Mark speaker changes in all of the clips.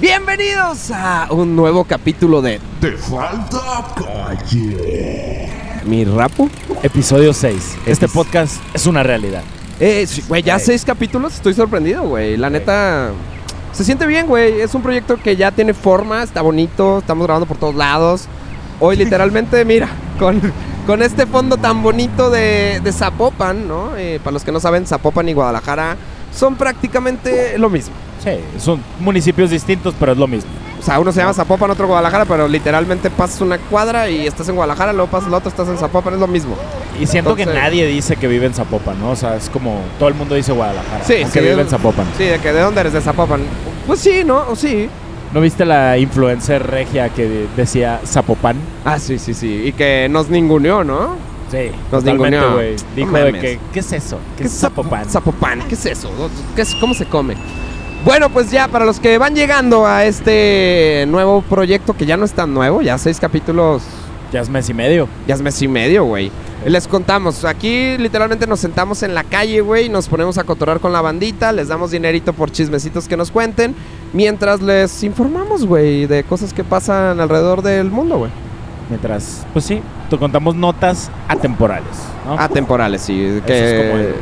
Speaker 1: Bienvenidos a un nuevo capítulo de
Speaker 2: Te falta calle.
Speaker 1: Mi Rapo.
Speaker 3: Episodio 6. Este
Speaker 1: Epis-
Speaker 3: podcast es una realidad.
Speaker 1: Eh, sí, güey, ya
Speaker 3: Ey.
Speaker 1: seis capítulos, estoy sorprendido, güey. La neta, se siente bien, güey. Es un proyecto que ya tiene forma, está bonito, estamos grabando por todos lados. Hoy literalmente, mira, con, con este fondo tan bonito de, de Zapopan, ¿no? Eh, para los que no saben, Zapopan y Guadalajara son prácticamente lo mismo.
Speaker 3: Sí, son municipios distintos, pero es lo mismo.
Speaker 1: O sea, uno se llama Zapopan, otro Guadalajara, pero literalmente pasas una cuadra y estás en Guadalajara, luego pasas la otra, estás en Zapopan, es lo mismo.
Speaker 3: Y siento que
Speaker 1: Entonces-
Speaker 3: nadie dice que vive en Zapopan, ¿no? O sea, es como todo el mundo dice Guadalajara.
Speaker 1: Sí,
Speaker 3: aunque
Speaker 1: sí,
Speaker 3: vive
Speaker 1: de-
Speaker 3: en Zapopan.
Speaker 1: Sí, de que de dónde eres de Zapopan. Pues sí, ¿no? Sí.
Speaker 3: ¿No viste la influencer regia que de- decía Zapopan?
Speaker 1: Ah, sí, sí, sí. Y que nos ninguneó, ¿no?
Speaker 3: Sí,
Speaker 1: Nos
Speaker 3: totalmente,
Speaker 1: ninguneó.
Speaker 3: güey.
Speaker 1: No
Speaker 3: Dijo de
Speaker 1: mames.
Speaker 3: que, ¿qué es eso? ¿Qué, es
Speaker 1: zap-
Speaker 3: Zapopan?
Speaker 1: Zapopan, ¿qué es eso? ¿Qué es- ¿Cómo se come? Bueno, pues ya, para los que van llegando a este nuevo proyecto, que ya no es tan nuevo, ya seis capítulos,
Speaker 3: ya es mes y medio.
Speaker 1: ya es mes y medio, güey. Les contamos, aquí literalmente nos sentamos en la calle, güey, nos ponemos a cotorrar con la bandita, les damos dinerito por chismecitos que nos cuenten, mientras les informamos, güey, de cosas que pasan alrededor del mundo, güey.
Speaker 3: Mientras, pues sí, te contamos notas atemporales. ¿no?
Speaker 1: Ah. Atemporales, sí. que-
Speaker 3: es como el-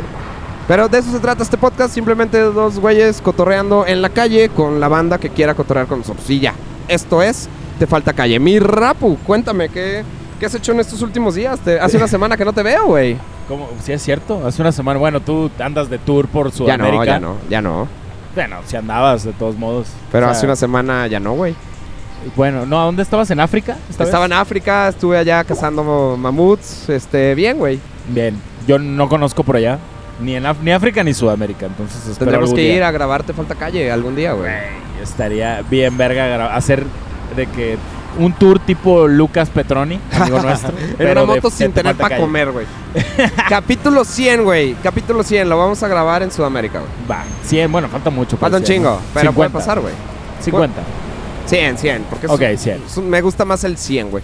Speaker 1: Pero de eso se trata este podcast, simplemente dos güeyes cotorreando en la calle con la banda que quiera cotorrear con nosotros. Y ya, esto es Te Falta Calle. Mi Rapu, cuéntame, ¿qué, qué has hecho en estos últimos días? Te- hace una semana que no te veo, güey.
Speaker 3: ¿Cómo? Sí, es cierto. Hace una semana, bueno, tú andas de tour por
Speaker 1: Ya
Speaker 3: Sudamérica.
Speaker 1: no, ya no, ya no.
Speaker 3: Bueno, si andabas, de todos modos.
Speaker 1: Pero
Speaker 3: O sea,
Speaker 1: hace una semana ya no, güey.
Speaker 3: Bueno, no, ¿a dónde estabas? ¿En África? esta vez?
Speaker 1: Estaba en África, estuve allá cazando mamuts, este, bien, güey.
Speaker 3: Bien, yo no conozco por allá. Ni, en Af- ni África ni Sudamérica, entonces espero
Speaker 1: Tendremos
Speaker 3: algún
Speaker 1: que
Speaker 3: día.
Speaker 1: ir a grabar Te Falta Calle algún día, güey.
Speaker 3: Güey, Estaría bien verga gra- hacer de que un tour tipo Lucas Petroni, amigo nuestro.
Speaker 1: En
Speaker 3: pero
Speaker 1: una
Speaker 3: de-
Speaker 1: moto
Speaker 3: de
Speaker 1: sin
Speaker 3: Tepata
Speaker 1: tener para
Speaker 3: Calle.
Speaker 1: comer, güey. Capítulo 100, güey. Capítulo 100. Lo vamos a grabar en Sudamérica, güey.
Speaker 3: Va, 100, bueno, falta mucho.
Speaker 1: Falta
Speaker 3: para
Speaker 1: un
Speaker 3: el 100,
Speaker 1: chingo,
Speaker 3: ¿no?
Speaker 1: pero puede
Speaker 3: 50,
Speaker 1: pasar, güey.
Speaker 3: 50.
Speaker 1: 100, 100. Porque es-
Speaker 3: Ok, 100.
Speaker 1: es un- me gusta más el 100, güey.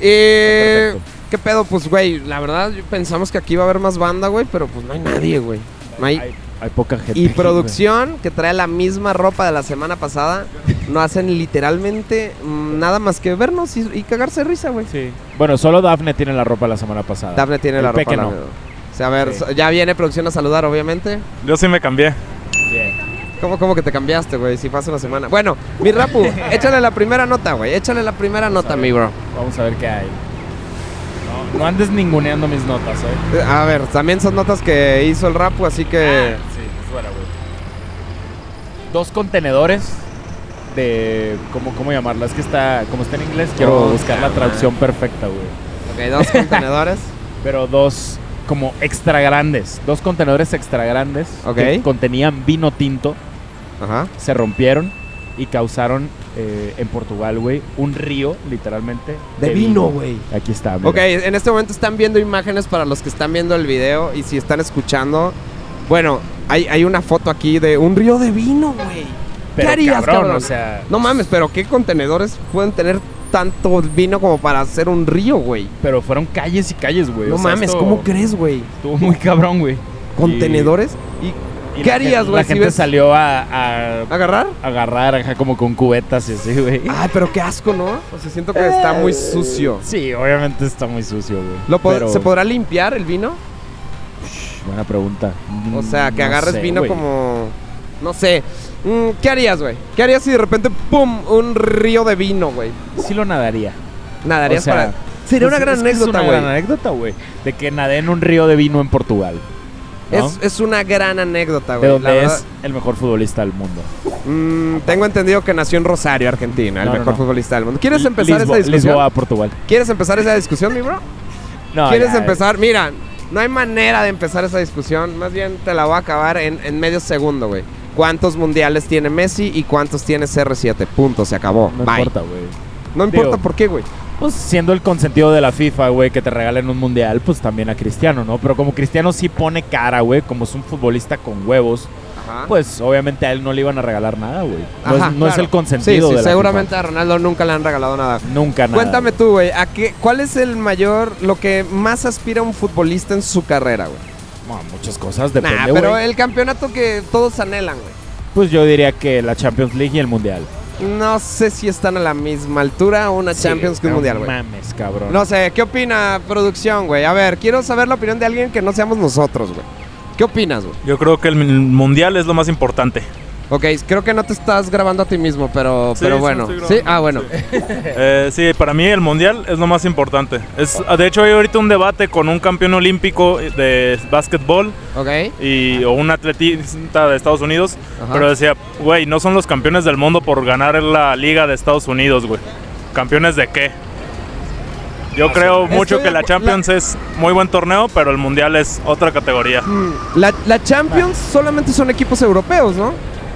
Speaker 1: Eh,
Speaker 3: Perfecto.
Speaker 1: ¿Qué pedo? Pues, güey, la verdad yo- pensamos que aquí iba a haber más banda, güey, pero pues no hay nadie, güey. No hay-
Speaker 3: Hay, hay poca gente.
Speaker 1: Y
Speaker 3: aquí, güey.
Speaker 1: producción que trae la misma ropa de la semana pasada, no hacen literalmente mm, nada más que vernos y, y cagarse de risa, güey.
Speaker 3: Sí. Bueno, solo Dafne tiene la ropa la semana pasada.
Speaker 1: Dafne tiene
Speaker 3: El
Speaker 1: la ropa.
Speaker 3: Peque
Speaker 1: la-
Speaker 3: no.
Speaker 1: O sea, a ver,
Speaker 3: Sí.
Speaker 1: so- ya viene producción a saludar, obviamente.
Speaker 4: Yo sí me cambié.
Speaker 3: Bien.
Speaker 1: ¿Cómo, cómo que te cambiaste, güey? Si pasa una semana. Bueno, mi Rapu, échale la primera nota, güey. Échale la primera nota,
Speaker 3: a ver.
Speaker 1: mi bro.
Speaker 3: Vamos a ver qué hay. No, no andes ninguneando mis notas, ¿eh?
Speaker 1: Eh, A ver, también son notas que hizo el Rapu, así que...
Speaker 3: Sí, fuera, güey. Dos contenedores de. ¿cómo, ¿Cómo llamarla? Es que está. Como está en inglés, quiero
Speaker 1: Oh,
Speaker 3: buscar la
Speaker 1: cabrón.
Speaker 3: traducción perfecta, güey.
Speaker 1: Ok,
Speaker 3: Ah.
Speaker 1: dos contenedores.
Speaker 3: Pero dos. Como extra grandes. Dos contenedores extra grandes.
Speaker 1: Ok.
Speaker 3: Que contenían vino tinto.
Speaker 1: Ajá.
Speaker 3: Se rompieron. Y causaron eh, en Portugal, güey, un río, literalmente.
Speaker 1: güey.
Speaker 3: Aquí está, mira.
Speaker 1: Ok, en este momento están viendo imágenes para los que están viendo el video y si están escuchando... Bueno, hay, hay una foto aquí de un río de vino, güey.
Speaker 3: Pero,
Speaker 1: ¿Qué harías,
Speaker 3: cabrón,
Speaker 1: cabrón?
Speaker 3: O sea,
Speaker 1: No mames, pero ¿qué contenedores pueden tener tanto vino como para hacer un río, güey?
Speaker 3: pero fueron calles y calles, güey.
Speaker 1: No
Speaker 3: o sea,
Speaker 1: mames,
Speaker 3: esto
Speaker 1: ¿cómo crees, güey?
Speaker 3: Estuvo muy cabrón, güey.
Speaker 1: ¿Contenedores? ¿Y
Speaker 3: Y
Speaker 1: ¿Qué
Speaker 3: la
Speaker 1: harías,
Speaker 3: gen-
Speaker 1: güey,
Speaker 3: La
Speaker 1: si
Speaker 3: gente
Speaker 1: ves-
Speaker 3: salió a, a
Speaker 1: agarrar?
Speaker 3: agarrar ajá, como con cubetas y así, güey.
Speaker 1: Ay, pero qué asco, ¿no? O sea, siento que Ah, está muy sucio.
Speaker 3: Sí, obviamente está muy sucio, güey.
Speaker 1: ¿Lo pod-
Speaker 3: Eh. Pero-
Speaker 1: ¿Se podrá limpiar el vino?
Speaker 3: Buena pregunta. Mm,
Speaker 1: O sea, que
Speaker 3: No
Speaker 1: agarres
Speaker 3: sé,
Speaker 1: vino
Speaker 3: güey.
Speaker 1: como... No sé. Mm, ¿Qué harías, güey? ¿Qué harías si de repente, ¡pum! Un río de vino, güey.
Speaker 3: Sí lo nadaría.
Speaker 1: Nada, harías
Speaker 3: O sea,
Speaker 1: para... Sería una
Speaker 3: Pues,
Speaker 1: gran
Speaker 3: es que
Speaker 1: anécdota,
Speaker 3: Es una gran
Speaker 1: güey.
Speaker 3: anécdota, güey. De que nadé en un río de vino en Portugal. ¿no?
Speaker 1: Es, es una gran anécdota,
Speaker 3: de
Speaker 1: güey. La
Speaker 3: donde
Speaker 1: verdad,
Speaker 3: es el mejor futbolista del mundo.
Speaker 1: mm, tengo entendido que nació en Rosario, Argentina, el
Speaker 3: No, no,
Speaker 1: mejor
Speaker 3: no.
Speaker 1: futbolista del mundo. ¿Quieres empezar
Speaker 3: Lisbo-
Speaker 1: esa discusión?
Speaker 3: Lisboa, Portugal.
Speaker 1: ¿Quieres empezar esa discusión, mi bro?
Speaker 3: No,
Speaker 1: ¿Quieres
Speaker 3: ya,
Speaker 1: empezar? Mira, no hay manera de empezar esa discusión. Más bien te la voy a acabar en, en medio segundo, güey. ¿Cuántos mundiales tiene Messi y cuántos tiene CR7? Punto, se acabó.
Speaker 3: No
Speaker 1: Bye.
Speaker 3: importa, güey.
Speaker 1: No importa
Speaker 3: Digo-
Speaker 1: por qué, güey.
Speaker 3: Pues siendo el consentido de la FIFA, güey, que te regalen un mundial, pues también a Cristiano, ¿no? Pero como Cristiano sí pone cara, güey, como es un futbolista con huevos,
Speaker 1: Ajá.
Speaker 3: pues obviamente a él no le iban a regalar nada, güey. No, es,
Speaker 1: Ajá,
Speaker 3: no
Speaker 1: claro.
Speaker 3: es el consentido
Speaker 1: Sí, sí,
Speaker 3: de la
Speaker 1: seguramente
Speaker 3: FIFA.
Speaker 1: a Ronaldo nunca le han regalado nada.
Speaker 3: Nunca nada.
Speaker 1: Cuéntame tú, güey, ¿a qué, ¿cuál es el mayor, lo que más aspira un futbolista en su carrera, güey?
Speaker 3: No, muchas cosas,
Speaker 1: Nah,
Speaker 3: depende, güey.
Speaker 1: pero el campeonato que todos anhelan, güey.
Speaker 3: Pues yo diría que la Champions League y el mundial.
Speaker 1: No sé si están a la misma altura una Champions que un
Speaker 3: no
Speaker 1: Mundial, güey.
Speaker 3: mames, cabrón.
Speaker 1: No sé, ¿qué opina producción, güey? A ver, quiero saber la opinión de alguien que no seamos nosotros, güey. ¿Qué opinas, güey?
Speaker 4: Yo creo que el mundial es lo más importante.
Speaker 1: Ok, creo que no te estás grabando a ti mismo, pero,
Speaker 4: Sí,
Speaker 1: pero
Speaker 4: sí,
Speaker 1: bueno.
Speaker 4: estoy
Speaker 1: Sí,
Speaker 4: grabando,
Speaker 1: ah, bueno.
Speaker 4: Eh, sí, para mí el mundial es lo más importante. Es, ah, de hecho, hay ahorita un debate con un campeón olímpico de básquetbol
Speaker 1: Ok.
Speaker 4: y, o un atletista de Estados Unidos,
Speaker 1: Ajá.
Speaker 4: pero decía, güey, no son los campeones del mundo por ganar la liga de Estados Unidos, güey. ¿Campeones de qué? Yo creo
Speaker 1: Estoy
Speaker 4: mucho
Speaker 1: de
Speaker 4: que la
Speaker 1: acu-
Speaker 4: Champions es muy buen torneo, pero el mundial es otra categoría.
Speaker 1: Mm, La, la Champions solamente son equipos europeos, ¿no?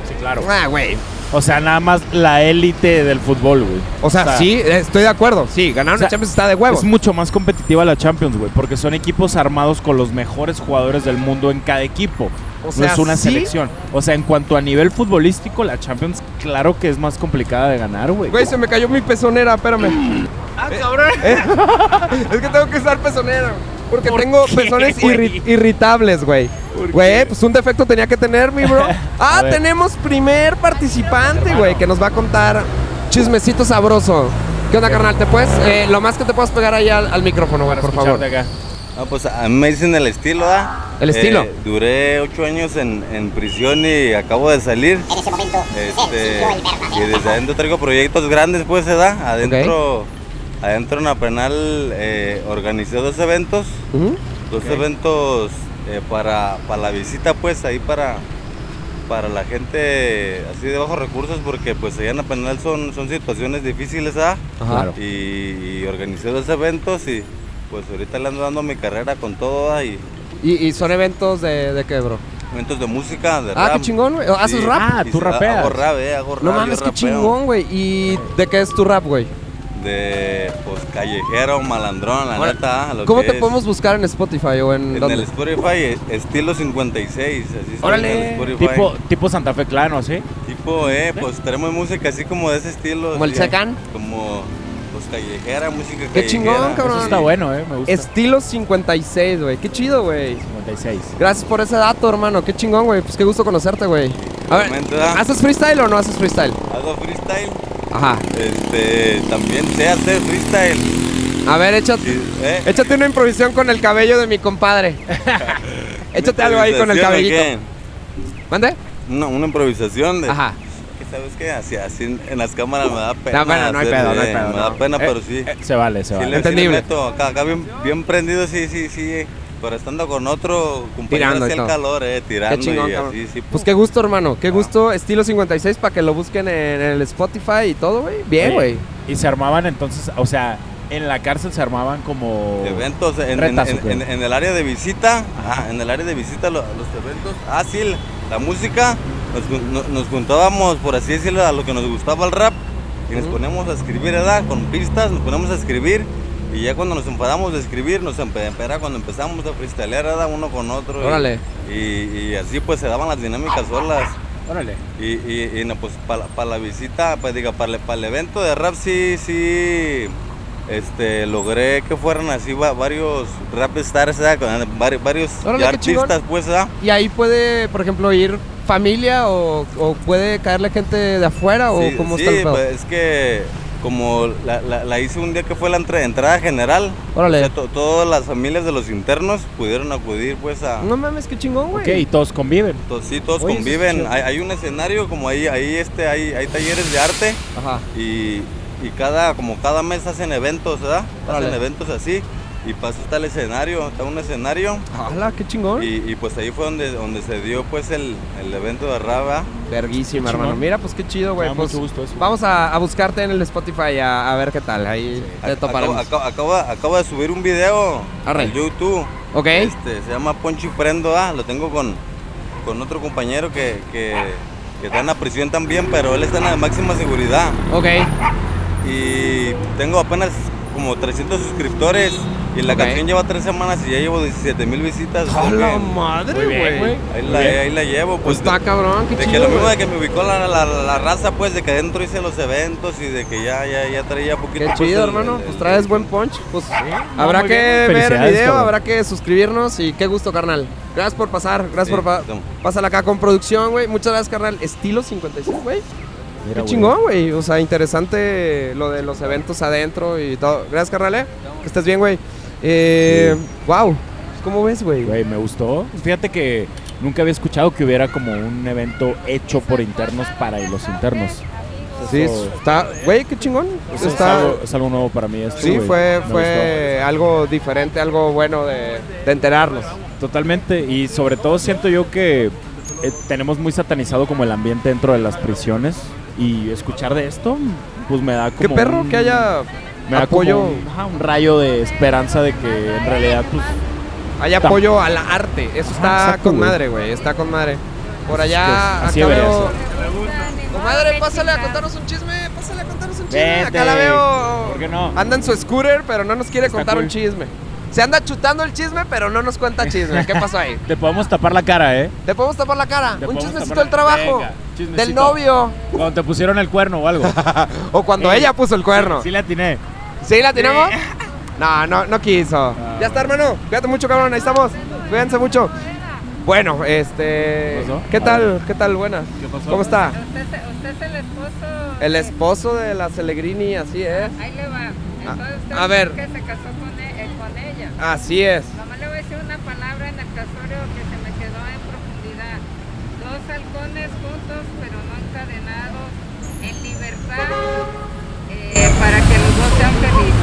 Speaker 3: Sí, claro.
Speaker 1: Ah, güey.
Speaker 3: O sea, nada más la élite del fútbol, güey.
Speaker 1: O sea,
Speaker 3: O sea,
Speaker 1: sí, eh, estoy de acuerdo. Sí, ganar
Speaker 3: o sea,
Speaker 1: una Champions está de huevos.
Speaker 3: Es mucho más competitiva la Champions, güey, porque son equipos armados con los mejores jugadores del mundo en cada equipo.
Speaker 1: O
Speaker 3: no
Speaker 1: sea,
Speaker 3: es una
Speaker 1: sí.
Speaker 3: selección. O sea, en cuanto a nivel futbolístico, la Champions, claro que es más complicada de ganar, güey.
Speaker 1: Güey, se me cayó mi pezonera, espérame. Eh,
Speaker 3: Ah, cabrón.
Speaker 1: es que tengo que usar pezonera. Porque
Speaker 3: ¿Por
Speaker 1: tengo
Speaker 3: qué,
Speaker 1: pezones
Speaker 3: güey?
Speaker 1: irri- irritables, güey.
Speaker 3: ¿Por
Speaker 1: Güey,
Speaker 3: qué?
Speaker 1: pues un defecto tenía que tener, mi bro. Ah,
Speaker 3: A ver.
Speaker 1: tenemos primer participante, güey, que nos va a contar chismecito sabroso. ¿Qué onda, carnal? ¿Te puedes? eh, lo más que te puedas pegar ahí al, al micrófono, güey, por favor.
Speaker 3: Acá.
Speaker 5: No, pues a mí me dicen el estilo, ¿ah?
Speaker 1: El estilo.
Speaker 5: duré ocho años en, en prisión y acabo de salir.
Speaker 6: En ese momento,
Speaker 5: Este,
Speaker 6: el
Speaker 5: y desde adentro traigo proyectos grandes, pues, ¿verdad? Adentro, adentro en la penal eh, organicé dos eventos,
Speaker 1: Ujú.
Speaker 5: dos eventos eh, para, para la visita, pues, ahí para, para la gente así de bajos recursos, porque pues allá en la penal son, son situaciones difíciles, ¿ah?
Speaker 1: Ajá.
Speaker 3: Claro.
Speaker 5: y, y organicé dos eventos y pues ahorita le ando dando mi carrera con todo ¿va? y
Speaker 1: Y, y son eventos de, de qué, bro?
Speaker 5: eventos de música, de
Speaker 1: Ah,
Speaker 5: rap.
Speaker 1: qué chingón, güey. ¿Haces rap?
Speaker 3: Ah,
Speaker 5: y
Speaker 3: tú
Speaker 5: se-
Speaker 3: rapeas.
Speaker 5: Hago rap, eh, hago rap.
Speaker 1: No
Speaker 5: yo
Speaker 1: mames, qué
Speaker 5: rapeo.
Speaker 1: chingón, güey. ¿Y de qué es tu rap, güey?
Speaker 5: De pues callejero, malandrón, la
Speaker 1: Ahora,
Speaker 5: neta. ah, lo
Speaker 1: ¿Cómo
Speaker 5: que
Speaker 1: te
Speaker 5: es.
Speaker 1: podemos buscar en Spotify o en,
Speaker 5: En
Speaker 1: dónde?
Speaker 5: el Spotify eh, estilo 56, así está en el
Speaker 3: Órale.
Speaker 5: Spotify.
Speaker 3: Tipo, tipo Santa Fe Clano, ¿sí?
Speaker 5: Tipo, eh, pues tenemos música así como de ese estilo.
Speaker 1: ¿Como el
Speaker 5: así,
Speaker 1: Chacán?
Speaker 5: Como pues callejera, música
Speaker 1: Qué chingón,
Speaker 5: callejera.
Speaker 1: cabrón.
Speaker 3: Eso
Speaker 5: Sí.
Speaker 3: está bueno, ¿eh? Me gusta.
Speaker 1: Estilo 56, güey. Qué chido, güey.
Speaker 3: 56.
Speaker 1: Gracias por ese dato, hermano. Qué chingón, güey. Pues qué gusto conocerte, güey. A ver,
Speaker 5: Igualmente, ¿verdad?
Speaker 1: ¿haces freestyle o no haces freestyle?
Speaker 5: Hago freestyle.
Speaker 1: Ajá.
Speaker 5: Este, también sé hacer freestyle.
Speaker 1: A ver, échate,
Speaker 5: Sí, ¿eh?
Speaker 1: échate una improvisación con el cabello de mi compadre. échate algo ahí con el
Speaker 5: ¿Improvisación
Speaker 1: cabellito. ¿Mande?
Speaker 5: o qué? No, una improvisación de.
Speaker 1: Ajá.
Speaker 5: que ¿Sabes qué? Así, así en, en las cámaras me da pena.
Speaker 1: No, bueno, no hay
Speaker 5: hacer,
Speaker 1: pedo, no hay
Speaker 5: eh,
Speaker 1: pedo,
Speaker 5: Me da
Speaker 1: no.
Speaker 5: pena,
Speaker 1: Eh,
Speaker 5: pero sí.
Speaker 3: Se vale, se
Speaker 5: sí,
Speaker 3: vale.
Speaker 5: le, sí le
Speaker 1: entendible.
Speaker 5: meto acá, acá bien, bien prendido, sí, sí, sí. eh, Pero estando con otro compañero
Speaker 1: Tirando y
Speaker 5: hacia
Speaker 1: todo.
Speaker 5: el calor, eh, tirando
Speaker 1: Qué chingón,
Speaker 5: y
Speaker 1: cabrón.
Speaker 5: así, sí.
Speaker 1: Pues qué gusto, hermano. Qué gusto. Estilo 56 para que lo busquen en el Spotify y todo, güey. Bien,
Speaker 3: Oye,
Speaker 1: güey.
Speaker 3: Y se armaban entonces, o sea, en la cárcel se armaban como.
Speaker 5: Eventos en, en-
Speaker 3: Retas,
Speaker 5: en-
Speaker 3: ¿o qué?
Speaker 5: en- en el área de visita, ah, en el área de visita lo- los eventos, ah sí, la- la música, nos, jun- no- nos juntábamos por así decirlo a lo que nos gustaba el rap y nos poníamos a escribir, ¿verdad? Con pistas, nos poníamos a escribir y ya cuando nos enfadamos de escribir, nos empe- era cuando empezamos a freestylear, ¿verdad? Uno con otro. y-
Speaker 1: Órale.
Speaker 5: Y, y así pues se daban las dinámicas solas.
Speaker 3: Órale.
Speaker 5: Y, y, y, no, pues para la visita, pues diga, para el evento de rap sí, sí, este, logré que fueran así va- varios rap stars, ¿verdad? Con- vari- varios
Speaker 1: Órale,
Speaker 5: ya
Speaker 1: qué chingón.
Speaker 5: artistas, pues, ¿verdad?
Speaker 1: Y ahí puede, por ejemplo, ir familia o, o puede caerle gente de afuera
Speaker 5: Sí,
Speaker 1: Ah, o cómo
Speaker 5: sí,
Speaker 1: está el pedo.
Speaker 5: pues, es que como la, la- la hice un día que fue la entre- entrada general,
Speaker 1: Órale.
Speaker 5: o sea, to- todas las familias de los internos pudieron acudir, pues, a...
Speaker 1: No mames, qué chingón, güey.
Speaker 3: Ok, y todos conviven.
Speaker 5: to- sí, todos
Speaker 1: Oye, eso está
Speaker 5: conviven,
Speaker 1: chido.
Speaker 5: hay, hay un escenario, como ahí, ahí este, hay, hay talleres de arte,
Speaker 1: Ajá.
Speaker 5: y, y cada como cada mes hacen eventos, ¿verdad? Hacen
Speaker 1: Órale.
Speaker 5: eventos así y pasa está el escenario, está un escenario
Speaker 1: Hola, qué chingón.
Speaker 5: y, y, pues ahí fue donde donde se dio pues el, el evento de Raba.
Speaker 1: Verguísima,
Speaker 3: Qué
Speaker 1: hermano.
Speaker 3: chingón.
Speaker 1: Mira, pues qué chido,
Speaker 3: Me
Speaker 1: güey.
Speaker 3: da
Speaker 1: Pues,
Speaker 3: mucho gusto eso.
Speaker 1: Vamos a, a buscarte en el Spotify a, a ver qué tal. Ahí te
Speaker 5: Acabo,
Speaker 1: toparemos.
Speaker 5: acabo- acaba- acaba de subir un video
Speaker 1: Arre.
Speaker 5: al YouTube.
Speaker 1: Ok.
Speaker 5: Este, se llama Poncho y Prendo, ah, lo tengo con, con otro compañero que, que, que está en la prisión también, pero él está en la máxima seguridad.
Speaker 1: Ok.
Speaker 5: y tengo apenas como 300 suscriptores y la
Speaker 1: Ok.
Speaker 5: canción lleva tres semanas y ya llevo 17 mil visitas.
Speaker 1: ¡A
Speaker 5: Porque
Speaker 1: la madre, güey!
Speaker 5: ahí,
Speaker 3: Muy
Speaker 5: la,
Speaker 3: bien.
Speaker 5: ahí la llevo,
Speaker 1: Pues
Speaker 5: pues.
Speaker 1: está
Speaker 5: De,
Speaker 1: cabrón, qué
Speaker 5: de que
Speaker 1: chido.
Speaker 5: lo mismo
Speaker 1: güey.
Speaker 5: de que me ubicó la, la- la raza, pues, de que adentro hice los eventos y de que ya, ya, ya traía poquito.
Speaker 1: Qué
Speaker 5: pues,
Speaker 1: chido,
Speaker 5: el-
Speaker 1: hermano.
Speaker 5: el-
Speaker 1: Pues
Speaker 5: el-
Speaker 1: traes buen punch. Pues habrá
Speaker 3: muy
Speaker 1: que
Speaker 3: bien.
Speaker 1: ver el
Speaker 3: Felicidades,
Speaker 1: video,
Speaker 3: cabrón.
Speaker 1: habrá que suscribirnos y qué gusto, carnal. Gracias por pasar, gracias
Speaker 5: Sí,
Speaker 1: por pa
Speaker 5: estamos.
Speaker 1: pasar acá con producción, güey. Muchas gracias, carnal. Estilo 56, güey.
Speaker 3: Mira,
Speaker 1: Qué
Speaker 3: güey.
Speaker 1: chingón, güey. O sea, interesante lo de los eventos adentro y todo. Gracias, carnal. eh. Que estés bien, güey. Eh, Wow. ¿Cómo ves, güey?
Speaker 3: Güey, me gustó. Fíjate que nunca había escuchado que hubiera como un evento hecho por internos para los internos.
Speaker 1: Sí,
Speaker 3: Eso-
Speaker 1: está. Güey, qué chingón.
Speaker 3: eso pues, es,
Speaker 1: Está.
Speaker 3: algo, es algo nuevo para mí. esto,
Speaker 1: Sí,
Speaker 3: güey.
Speaker 1: fue,
Speaker 3: Me
Speaker 1: fue algo diferente, algo bueno de, de enterarnos.
Speaker 3: gustó. Totalmente. Y sobre todo siento yo que eh, tenemos muy satanizado como el ambiente dentro de las prisiones. Y escuchar de esto, pues me da como.
Speaker 1: Qué perro
Speaker 3: un-
Speaker 1: que haya
Speaker 3: Me da como
Speaker 1: apoyo,
Speaker 3: un, ajá, un rayo de esperanza de que en realidad, pues.
Speaker 1: haya
Speaker 3: Tam-
Speaker 1: apoyo a la arte. Eso está
Speaker 3: Ah, exacto,
Speaker 1: con
Speaker 3: güey.
Speaker 1: madre, güey. Está con madre. Por allá,
Speaker 3: Así
Speaker 1: acá
Speaker 3: debería
Speaker 1: veo.
Speaker 3: ser.
Speaker 1: Comadre, Pues pásale a contarnos un chisme. Pásale a contarnos un chisme.
Speaker 3: Vete.
Speaker 1: Acá la veo.
Speaker 3: ¿Por qué no?
Speaker 1: Anda en su scooter, pero no nos quiere
Speaker 3: Está
Speaker 1: contar un
Speaker 3: cool.
Speaker 1: chisme. Se anda chutando el chisme, pero no nos cuenta chisme. ¿Qué pasó ahí?
Speaker 3: Te podemos tapar la cara, ¿eh?
Speaker 1: ¿Te podemos tapar la cara?
Speaker 3: Te
Speaker 1: Un
Speaker 3: podemos
Speaker 1: chismecito
Speaker 3: tapar
Speaker 1: del
Speaker 3: la-
Speaker 1: trabajo.
Speaker 3: Venga, chismecito.
Speaker 1: del novio.
Speaker 3: Cuando te pusieron el cuerno o algo.
Speaker 1: O cuando
Speaker 3: Ey,
Speaker 1: ella puso el cuerno.
Speaker 3: Sí, la atiné.
Speaker 1: ¿Sí la tenemos? No, no, no quiso.
Speaker 3: Ah.
Speaker 1: Ya está, hermano. Cuídate mucho, cabrón. Ahí estamos. Cuídense mucho. Bueno, este.
Speaker 3: ¿Qué pasó?
Speaker 1: ¿Qué
Speaker 3: A
Speaker 1: tal?
Speaker 3: ver.
Speaker 1: ¿Qué tal? Buenas.
Speaker 3: ¿Qué pasó?
Speaker 1: ¿Cómo está?
Speaker 6: Usted, es- usted es el esposo.
Speaker 1: El
Speaker 6: de-
Speaker 1: esposo de la Celebrini, así es.
Speaker 6: Ahí le va. Entonces usted
Speaker 1: a ver.
Speaker 6: que se casó con, e- eh, con ella.
Speaker 1: Así es.
Speaker 6: Nomás le voy a decir una palabra en el casorio que se me quedó en profundidad. Dos halcones juntos, pero no encadenados, en libertad, eh, para que los dos sean felices.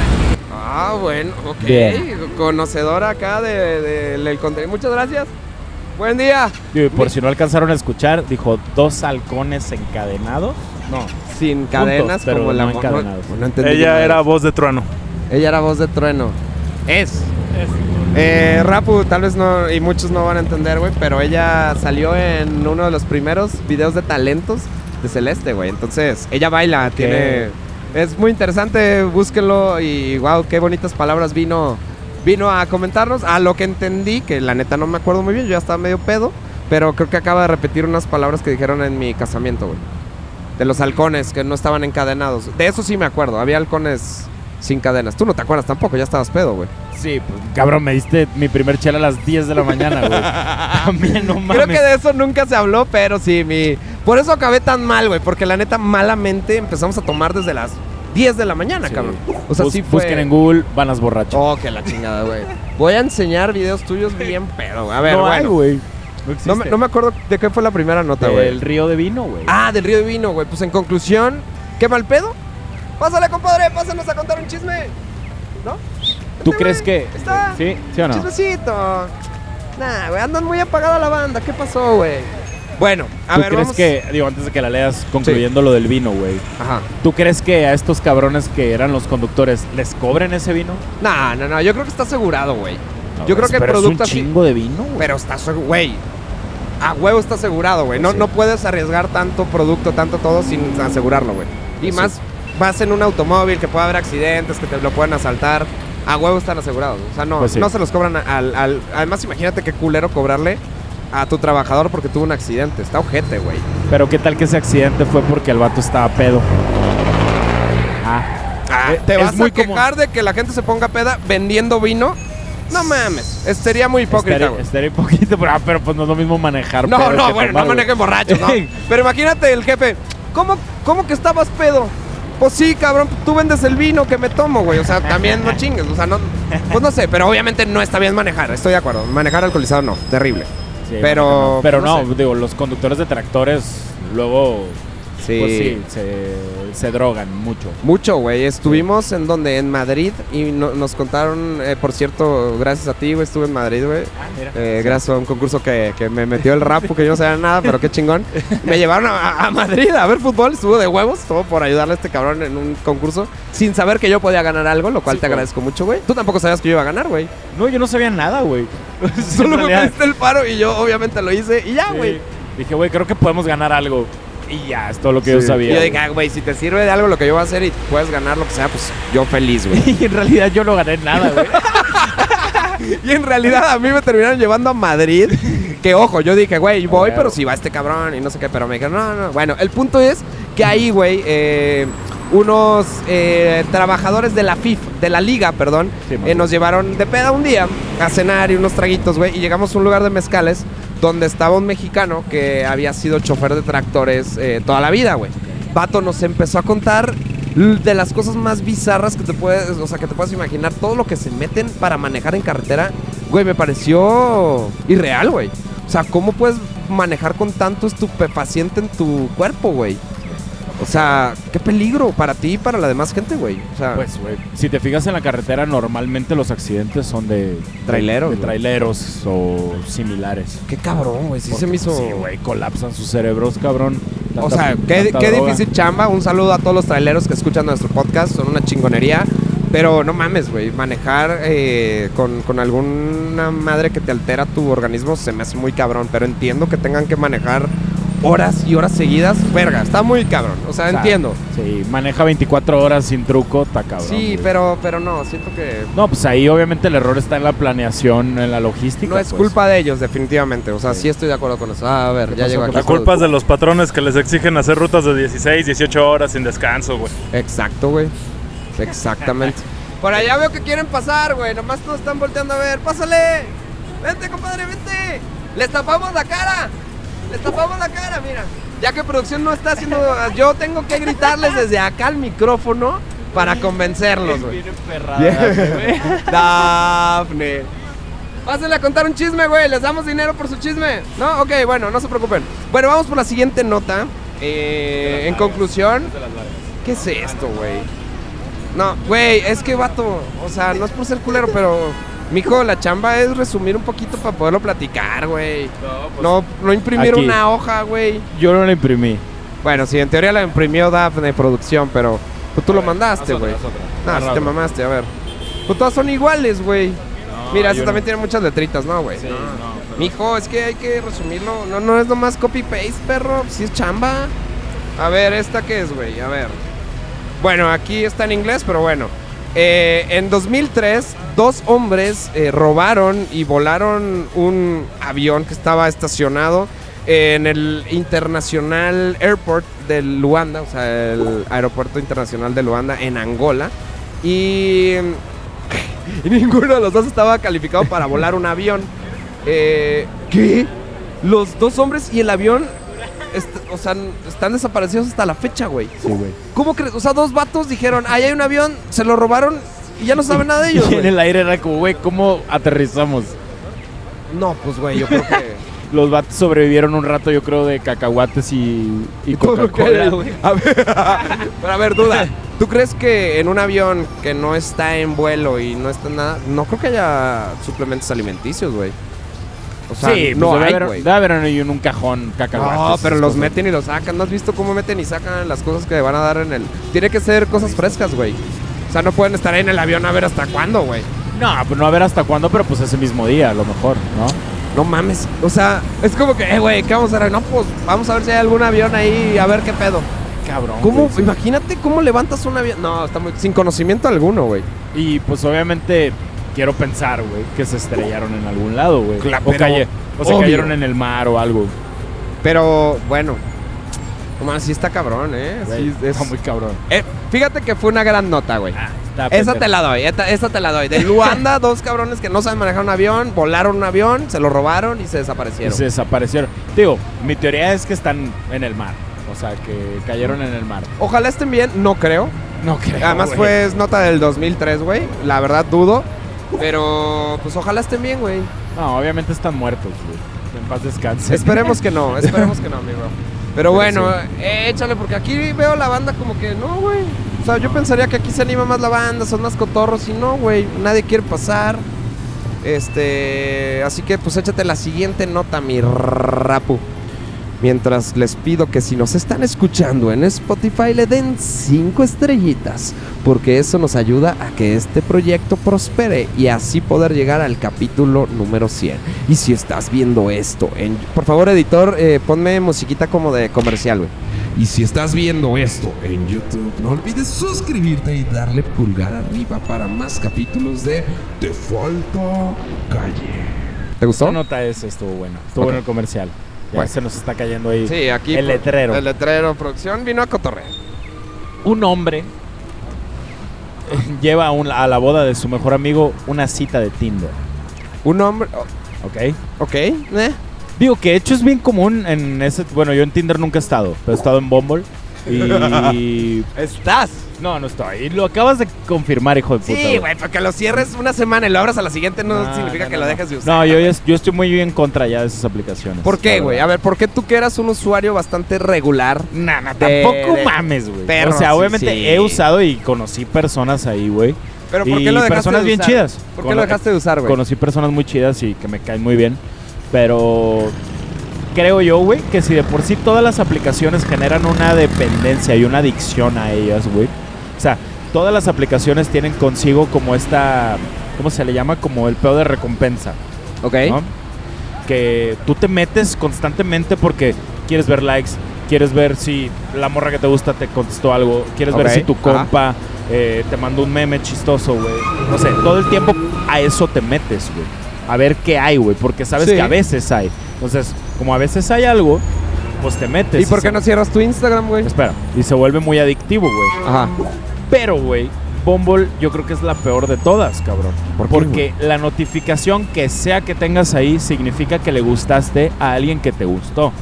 Speaker 6: Así, así.
Speaker 1: Ah, bueno, ok.
Speaker 3: Bien.
Speaker 1: Conocedora acá de- de- del contenido. Muchas gracias. Buen día.
Speaker 3: Y por si no alcanzaron a escuchar, dijo dos halcones encadenados. No.
Speaker 1: Sin cadenas
Speaker 3: pero
Speaker 1: como la
Speaker 3: no
Speaker 1: mo-
Speaker 3: encadenados.
Speaker 1: no entendí
Speaker 4: Ella
Speaker 1: nada.
Speaker 4: era voz de trueno.
Speaker 1: Ella era voz de trueno. Es. Eh, Rapu, tal vez no, y muchos no van a entender, güey, pero ella salió en uno de los primeros videos de talentos de Celeste, güey. Entonces, ella baila, tiene. Es muy interesante, búsquenlo y wow, qué bonitas palabras vino, vino a comentarnos. A lo que entendí, que la neta no me acuerdo muy bien, yo ya estaba medio pedo, pero creo que acaba de repetir unas palabras que dijeron en mi casamiento, güey. De los halcones que no estaban encadenados. De eso sí me acuerdo, había halcones sin cadenas. Tú no te acuerdas tampoco, ya estabas pedo, güey.
Speaker 3: Sí, pues, cabrón, me diste mi primer chela a las 10 de la mañana, güey. También no mames.
Speaker 1: Creo que de eso nunca se habló, pero sí, mi. Por eso acabé tan mal, güey, porque la neta, malamente empezamos a tomar desde las 10 de la mañana,
Speaker 3: Sí.
Speaker 1: cabrón. O sea,
Speaker 3: Bus-
Speaker 1: sí fue.
Speaker 3: Busquen en Google, vanas borrachas.
Speaker 1: Oh, que la chingada, güey. Voy a enseñar videos tuyos bien pedo, güey. A ver,
Speaker 3: no hay,
Speaker 1: bueno.
Speaker 3: güey. No
Speaker 1: no,
Speaker 3: existe.
Speaker 1: me, no me acuerdo de qué fue la primera nota, güey.
Speaker 3: El río de vino, güey.
Speaker 1: Ah, del río de vino, güey. Pues en conclusión, ¿qué mal pedo? Pásale, compadre, pásanos a contar un chisme. ¿No?
Speaker 3: ¿Tú
Speaker 1: Este,
Speaker 3: crees
Speaker 1: güey,
Speaker 3: que...?
Speaker 1: Está.
Speaker 3: ¿Sí? ¿Sí o no?
Speaker 1: Chismecito. Nah, güey, andan muy apagada la banda. ¿Qué pasó, güey? Bueno, a
Speaker 3: ¿Tú
Speaker 1: ver,
Speaker 3: crees
Speaker 1: vamos.
Speaker 3: que, digo, antes de que la leas, concluyendo lo del vino, güey,
Speaker 1: Ajá.
Speaker 3: ¿tú crees que a estos cabrones que eran los conductores les cobren ese vino?
Speaker 1: No, no, no. Yo creo que está asegurado, güey.
Speaker 3: No,
Speaker 1: yo
Speaker 3: güey,
Speaker 1: creo que el
Speaker 3: pero
Speaker 1: producto
Speaker 3: es un
Speaker 1: así.
Speaker 3: chingo de vino, güey.
Speaker 1: Pero está asegurado, güey. A huevo está asegurado, güey. No,
Speaker 3: Pues sí.
Speaker 1: no puedes arriesgar tanto producto, tanto todo sin asegurarlo, güey. Y
Speaker 3: Pues
Speaker 1: más vas en un automóvil que puede haber accidentes, que te lo pueden asaltar. A huevo están asegurados. O sea, no,
Speaker 3: Pues sí.
Speaker 1: no se los cobran a- al, al- Además, imagínate qué culero cobrarle a tu trabajador porque tuvo un accidente. Está ojete, güey.
Speaker 3: Pero qué tal que ese accidente fue porque el vato estaba pedo. Ah,
Speaker 1: Ah,
Speaker 3: Eh,
Speaker 1: ¿Te
Speaker 3: es
Speaker 1: vas
Speaker 3: muy
Speaker 1: a quejar de que la gente se ponga peda vendiendo vino? No mames. es- Sería muy hipócrita,
Speaker 3: estaría,
Speaker 1: güey.
Speaker 3: estaría poquito, pero, ah, pero pues no es lo mismo manejar.
Speaker 1: No,
Speaker 3: pedo
Speaker 1: no,
Speaker 3: que
Speaker 1: bueno,
Speaker 3: tomar,
Speaker 1: no
Speaker 3: güey.
Speaker 1: manejen borrachos, ¿no? Pero imagínate el jefe, ¿cómo, ¿cómo que estabas pedo? Pues sí, cabrón, tú vendes el vino que me tomo, güey. O sea, también no chingues, o sea, no. Pues no sé, pero obviamente no está bien manejar, estoy de acuerdo. Manejar alcoholizado no, terrible.
Speaker 3: Sí,
Speaker 1: Pero-
Speaker 3: bueno, no. Pero
Speaker 1: no
Speaker 3: no, digo, los conductores de tractores luego.
Speaker 1: Sí.
Speaker 3: Pues sí, se, se drogan mucho.
Speaker 1: Mucho, güey. Estuvimos en donde, en Madrid, y no- nos contaron, eh, por cierto, gracias a ti, güey, estuve en Madrid, güey. Eh, Gracias a un concurso que, que me metió el rap, porque yo no sabía nada, pero qué chingón. Me llevaron a, a Madrid a ver fútbol, estuvo de huevos, todo por ayudarle a este cabrón en un concurso, sin saber que yo podía ganar algo, lo cual
Speaker 3: Sí,
Speaker 1: te
Speaker 3: güey.
Speaker 1: agradezco mucho, güey. Tú tampoco sabías que yo iba a ganar, güey.
Speaker 3: No, yo no sabía nada, güey. En
Speaker 1: Solo me
Speaker 3: realidad,
Speaker 1: pediste el paro y yo obviamente lo hice, y ya,
Speaker 3: sí.
Speaker 1: güey.
Speaker 3: Dije, güey, creo que podemos ganar algo. Y ya, es todo lo que yo
Speaker 1: Sí.
Speaker 3: sabía.
Speaker 1: Y yo
Speaker 3: güey.
Speaker 1: dije, ah, güey, si te sirve de algo lo que yo voy a hacer y puedes ganar lo que sea, pues yo feliz, güey.
Speaker 3: y en realidad yo no gané nada, güey.
Speaker 1: Y en realidad a mí me terminaron llevando a Madrid. Que ojo, yo dije, güey, voy,
Speaker 3: Claro.
Speaker 1: pero si va este cabrón y no sé qué, pero me dijeron, no, no. Bueno, el punto es que ahí, güey, eh, unos eh, trabajadores de la FIF, de la liga, perdón,
Speaker 3: Sí,
Speaker 1: eh,
Speaker 3: mamá.
Speaker 1: nos llevaron de peda un día a cenar y unos traguitos, güey, y llegamos a un lugar de mezcales donde estaba un mexicano que había sido chofer de tractores eh, toda la vida, güey. Vato nos empezó a contar l- de las cosas más bizarras que te puedes, o sea, que te puedes imaginar, todo lo que se meten para manejar en carretera, güey, me pareció irreal, güey. O sea, ¿cómo puedes manejar con tanto estupefaciente en tu cuerpo, güey? O sea, qué peligro para ti y para la demás gente, güey. O sea,
Speaker 3: Pues, güey, si te fijas en la carretera, normalmente los accidentes son de
Speaker 1: Traileros,
Speaker 3: de
Speaker 1: güey.
Speaker 3: traileros o similares.
Speaker 1: qué cabrón, güey. Sí se
Speaker 3: Porque, pues,
Speaker 1: me hizo.
Speaker 3: Sí, güey, colapsan sus cerebros, cabrón.
Speaker 1: O
Speaker 3: Tanta-
Speaker 1: sea, qué,
Speaker 3: tanta
Speaker 1: qué
Speaker 3: droga.
Speaker 1: difícil chamba. Un saludo a todos los traileros que escuchan nuestro podcast. Son una chingonería. Pero no mames, güey. Manejar eh, con, con alguna madre que te altera tu organismo se me hace muy cabrón. Pero entiendo que tengan que manejar horas y horas seguidas. Verga, está muy cabrón. O sea,
Speaker 3: O sea,
Speaker 1: entiendo.
Speaker 3: Sí, maneja 24 horas sin truco, está cabrón.
Speaker 1: sí,
Speaker 3: güey.
Speaker 1: pero, pero no. Siento que
Speaker 3: No, pues ahí obviamente el error está en la planeación, en la logística.
Speaker 1: no es
Speaker 3: pues.
Speaker 1: culpa de ellos, definitivamente. O sea, sí estoy de acuerdo con eso. Ah, a ver, ya
Speaker 3: pasó?
Speaker 1: llegó
Speaker 3: ¿Qué
Speaker 1: aquí.
Speaker 4: La culpa es de los patrones que les exigen hacer rutas de 16, 18 horas sin descanso, güey.
Speaker 1: Exacto, güey. Exactamente. Por allá veo que quieren pasar, güey. Nomás nos están volteando a ver. ¡Pásale! ¡Vente, compadre, vente! ¡Les tapamos la cara! ¡Les tapamos la cara, mira! Ya que producción no está haciendo... Yo tengo que gritarles desde acá al micrófono para convencerlos, güey.
Speaker 3: ah,
Speaker 1: Dafne. Pásenle a contar un chisme, güey. Les damos dinero por su chisme. No, ok, bueno, no se preocupen. Bueno, vamos por la siguiente nota. Eh, en conclusión, ¿qué es esto, güey? No, güey, es que vato, o sea, no es por ser culero, pero mijo, la chamba es resumir un poquito para poderlo platicar, güey. No, no imprimir
Speaker 3: Aquí.
Speaker 1: una hoja, güey.
Speaker 3: Yo no la imprimí.
Speaker 1: Bueno, sí, en teoría la imprimió Dafne Producción, pero pues, tú lo mandaste,
Speaker 3: haz otra,
Speaker 1: güey.
Speaker 3: haz otra.
Speaker 1: No,
Speaker 3: Agarra
Speaker 1: si te
Speaker 3: otra.
Speaker 1: mamaste, a ver. Pues todas son iguales, güey. Mira, eso
Speaker 3: yo
Speaker 1: también
Speaker 3: no.
Speaker 1: tiene muchas letritas, ¿no, güey? No. Mijo, es que hay que resumirlo. No, no es nomás copy-paste, perro. Si es chamba. A ver, ¿esta qué es, güey? A ver. Bueno, aquí está en inglés, pero bueno. Eh, en 2003, dos hombres eh, robaron y volaron un avión que estaba estacionado en el International Airport de Luanda, o sea, el Aeropuerto Internacional de Luanda en Angola. Y, y ninguno de los dos estaba calificado para volar un avión. Eh, ¿Qué? Los dos hombres y el avión, est- o sea, están desaparecidos hasta la fecha, güey.
Speaker 3: Sí, güey.
Speaker 1: ¿Cómo crees? O sea, dos vatos dijeron, ahí hay un avión, se lo robaron y ya no saben nada de ellos.
Speaker 3: Y en
Speaker 1: güey".
Speaker 3: el aire era como, güey, ¿cómo aterrizamos?
Speaker 1: No, pues güey, yo creo que.
Speaker 3: Los vatos sobrevivieron un rato, yo creo, de cacahuates y, y
Speaker 1: todo lo que era,
Speaker 3: Coca-Cola.
Speaker 1: güey. A ver, pero a ver, duda. ¿Tú crees que en un avión que no está en vuelo y no está en nada, no creo que haya suplementos alimenticios, güey? O sea,
Speaker 3: sí,
Speaker 1: no
Speaker 3: pues, debe
Speaker 1: hay,
Speaker 3: haber-
Speaker 1: güey.
Speaker 3: debe haber ahí en un cajón cacahuates.
Speaker 1: No, pero
Speaker 3: esas
Speaker 1: los
Speaker 3: cosas.
Speaker 1: meten y los sacan. ¿No has visto cómo meten y sacan las cosas que van a dar en el...? Tiene que ser cosas frescas, güey. O sea, no pueden estar ahí en el avión a ver hasta cuándo, güey.
Speaker 3: No, pues no a ver hasta cuándo, pero pues ese mismo día, a lo mejor, ¿no?
Speaker 1: No mames. O sea, es como que, eh, güey, ¿qué vamos a hacer? No, pues vamos a ver si hay algún avión ahí y a ver qué pedo.
Speaker 3: Cabrón.
Speaker 1: ¿Cómo? Imagínate cómo levantas un avión. No, está muy... Sin conocimiento alguno, güey.
Speaker 3: Y pues obviamente quiero pensar, güey, que se estrellaron en algún lado, güey.
Speaker 1: Claro,
Speaker 3: o,
Speaker 1: pero
Speaker 3: calle- o se
Speaker 1: obvio.
Speaker 3: cayeron en el mar o algo.
Speaker 1: Pero bueno, nomás sí está cabrón, ¿eh? Sí, es-
Speaker 3: Está muy Ah. cabrón.
Speaker 1: Eh, Fíjate que fue una gran nota, güey.
Speaker 3: Está
Speaker 1: Esa
Speaker 3: pendejo. Pues,
Speaker 1: te la doy, esta, esta te la doy. De Luanda, dos cabrones que no saben manejar un avión, volaron un avión, se lo robaron y se
Speaker 3: Y
Speaker 1: desaparecieron.
Speaker 3: se desaparecieron. Digo, mi teoría es que están en el mar. O sea, que cayeron en el mar.
Speaker 1: Ojalá estén bien, no creo.
Speaker 3: No creo.
Speaker 1: Además
Speaker 3: güey.
Speaker 1: fue es nota del 2003, güey. La verdad dudo. Pero pues ojalá estén bien, güey.
Speaker 3: No, obviamente están muertos, güey. En paz descanse.
Speaker 1: Esperemos que no, esperemos que no, amigo. Pero bueno,
Speaker 3: sí.
Speaker 1: eh, échale, porque aquí veo la banda como que no, güey. O sea, yo pensaría que aquí se anima más la banda, son más cotorros y no, güey. Nadie quiere pasar. Este. Así que pues échate la siguiente nota, mi rapu. Mientras les pido que si nos están escuchando en Spotify le den 5 estrellitas, porque eso nos ayuda a que este proyecto prospere y así poder llegar al capítulo número 100. Y si estás viendo esto, en, por favor editor, eh, ponme musiquita como de comercial, güey.
Speaker 2: Y si estás viendo esto en YouTube, no olvides suscribirte y darle pulgar arriba para más capítulos de Te Falta Calle.
Speaker 1: ¿Te gustó?
Speaker 3: Esta nota es, estuvo bueno.
Speaker 1: Ok.
Speaker 3: Estuvo bueno el comercial. Ya
Speaker 1: Bueno.
Speaker 3: se nos está cayendo ahí.
Speaker 1: Sí, aquí.
Speaker 3: El
Speaker 1: por-
Speaker 3: letrero.
Speaker 1: El letrero, producción vino a cotorrear.
Speaker 3: Un hombre lleva a, un- a la boda de su mejor amigo una cita de Tinder.
Speaker 1: Un hombre.
Speaker 3: ¿Ok?
Speaker 1: Ok, oh, eh,
Speaker 3: Digo que de hecho es bien común en ese. Bueno, yo en Tinder nunca he estado, pero he estado en Bumble. Y.
Speaker 1: Estás.
Speaker 3: No, no estoy. Lo acabas de confirmar, hijo de puta.
Speaker 1: Sí, güey, porque lo cierres una semana y lo abras a la siguiente no
Speaker 3: Ah,
Speaker 1: significa
Speaker 3: no,
Speaker 1: que
Speaker 3: no,
Speaker 1: lo
Speaker 3: no.
Speaker 1: dejes de usar.
Speaker 3: No, yo, ya- yo estoy muy en contra ya de esas aplicaciones.
Speaker 1: ¿Por qué,
Speaker 3: la
Speaker 1: güey?
Speaker 3: verdad.
Speaker 1: A ver, ¿por qué tú que eras un usuario bastante regular?
Speaker 3: Nah, nah,
Speaker 1: De-
Speaker 3: tampoco
Speaker 1: de-
Speaker 3: mames, güey.
Speaker 1: perro,
Speaker 3: o sea,
Speaker 1: sí,
Speaker 3: obviamente
Speaker 1: sí.
Speaker 3: he usado y conocí personas ahí, güey.
Speaker 1: ¿Pero por
Speaker 3: Y
Speaker 1: qué lo dejaste
Speaker 3: personas
Speaker 1: de
Speaker 3: bien
Speaker 1: usar?
Speaker 3: chidas.
Speaker 1: ¿Por qué
Speaker 3: Con-
Speaker 1: lo dejaste de usar, güey?
Speaker 3: Conocí personas muy chidas y que me caen muy bien. Pero creo yo, güey, que si de por sí todas las aplicaciones generan una dependencia y una adicción a ellas, güey. O sea, todas las aplicaciones tienen consigo como esta, ¿cómo se le llama? Como el pedo de recompensa.
Speaker 1: Ok.
Speaker 3: ¿no? Que tú te metes constantemente porque quieres ver likes, quieres ver si la morra que te gusta te contestó algo, quieres
Speaker 1: Ok,
Speaker 3: ver si tu
Speaker 1: ajá.
Speaker 3: compa eh, te mandó un meme chistoso, güey. No sé, todo el tiempo a eso te metes, güey. A ver qué hay, güey, porque sabes
Speaker 1: Sí.
Speaker 3: que a veces hay. Entonces, como a veces hay algo, pues te metes.
Speaker 1: ¿Y por qué
Speaker 3: se-
Speaker 1: no cierras tu Instagram, güey?
Speaker 3: Espera, y se vuelve muy adictivo, güey.
Speaker 1: Ajá.
Speaker 3: Pero, güey, Bumble yo creo que es la peor de todas, cabrón.
Speaker 1: ¿Por qué,
Speaker 3: Porque la notificación que sea que tengas ahí significa que le gustaste a alguien que te gustó.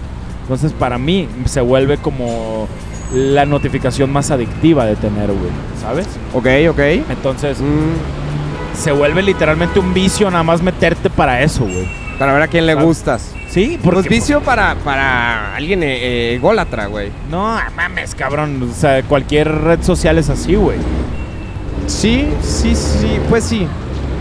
Speaker 3: Entonces, para mí, se vuelve como la notificación más adictiva de tener, güey, ¿sabes?
Speaker 1: Ok, ok.
Speaker 3: Entonces,
Speaker 1: Mm,
Speaker 3: se vuelve literalmente un vicio nada más meterte para eso, güey.
Speaker 1: para ver a quién le
Speaker 3: ¿Sabes?
Speaker 1: gustas.
Speaker 3: Sí,
Speaker 1: Pues
Speaker 3: porque...
Speaker 1: vicio para, para alguien eh, eh, ególatra, güey.
Speaker 3: No, ah, mames, cabrón. O sea, cualquier red social es así, güey.
Speaker 1: Sí, sí, sí, pues sí.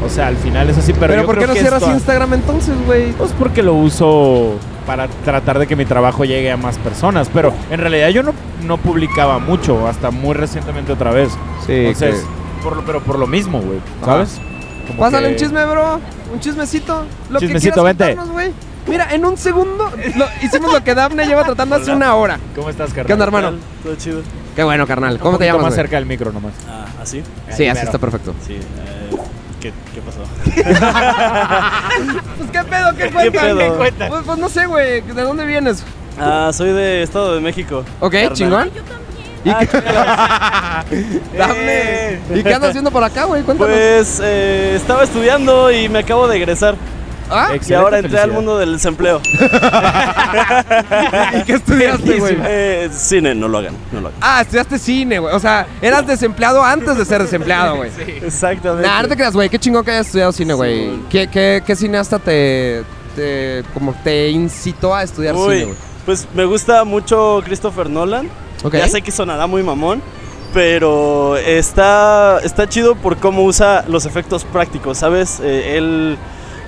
Speaker 3: O sea, al final es así, pero...
Speaker 1: Pero,
Speaker 3: yo
Speaker 1: ¿por qué
Speaker 3: creo
Speaker 1: no
Speaker 3: que
Speaker 1: cierras
Speaker 3: esto-
Speaker 1: Instagram entonces, güey?
Speaker 3: Pues porque lo uso para tratar de que mi trabajo llegue a más personas. Pero en realidad yo no, no publicaba mucho, hasta muy recientemente otra vez.
Speaker 1: Sí,
Speaker 3: Entonces, por lo, pero por lo mismo, güey.
Speaker 1: Ajá.
Speaker 3: ¿Sabes? Como
Speaker 1: Pásale
Speaker 3: que-
Speaker 1: un chisme, bro. Un chismecito. Lo
Speaker 3: Chismecito,
Speaker 1: que
Speaker 3: vente.
Speaker 1: quieras contarnos, güey. Mira, en un segundo lo- hicimos lo que Dafne lleva tratando hace una hora.
Speaker 3: ¿Cómo estás, carnal?
Speaker 1: ¿Qué onda, hermano?
Speaker 7: Todo chido.
Speaker 1: Qué bueno, carnal.
Speaker 3: Un
Speaker 1: ¿Cómo te
Speaker 3: poquito
Speaker 1: llamas?
Speaker 3: más
Speaker 1: güey?
Speaker 3: cerca del micro nomás.
Speaker 7: Ah, ¿así?
Speaker 1: Sí, así
Speaker 3: Pero-
Speaker 1: está perfecto.
Speaker 7: Sí. eh, ¿qué, ¿Qué pasó?
Speaker 1: Pues qué pedo, qué cuentas.
Speaker 7: pedo?
Speaker 1: ¿Qué cuentas? Pues, pues no sé, güey. ¿De dónde vienes?
Speaker 7: Ah, soy de Estado de México.
Speaker 1: Ok,
Speaker 7: carnal.
Speaker 1: chingón. ¿Y,
Speaker 7: Ah,
Speaker 1: qué,
Speaker 3: Ah,
Speaker 7: Eh,
Speaker 1: Dafne, ¿Y qué andas haciendo por acá, güey? Cuéntanos.
Speaker 7: Pues eh, estaba estudiando y me acabo de egresar.
Speaker 1: ¿Ah?
Speaker 3: Excelente,
Speaker 7: y ahora entré al
Speaker 3: felicidades.
Speaker 7: mundo del desempleo.
Speaker 1: ¿Y qué estudiaste, güey?
Speaker 7: Eh, cine, no lo hagan, no lo hagan.
Speaker 1: Ah, estudiaste cine, güey. O sea, eras desempleado antes de ser desempleado, güey.
Speaker 7: Exactamente.
Speaker 1: Nah, no te creas, güey. Qué chingón que hayas estudiado cine, güey. ¿Qué, qué, qué cineasta te, te- como te incitó a estudiar cine,
Speaker 7: Uy,
Speaker 1: güey?
Speaker 7: pues me gusta mucho Christopher Nolan.
Speaker 1: Ok.
Speaker 7: Ya sé que sonará muy mamón, pero está, está chido por cómo usa los efectos prácticos, ¿sabes? Eh, él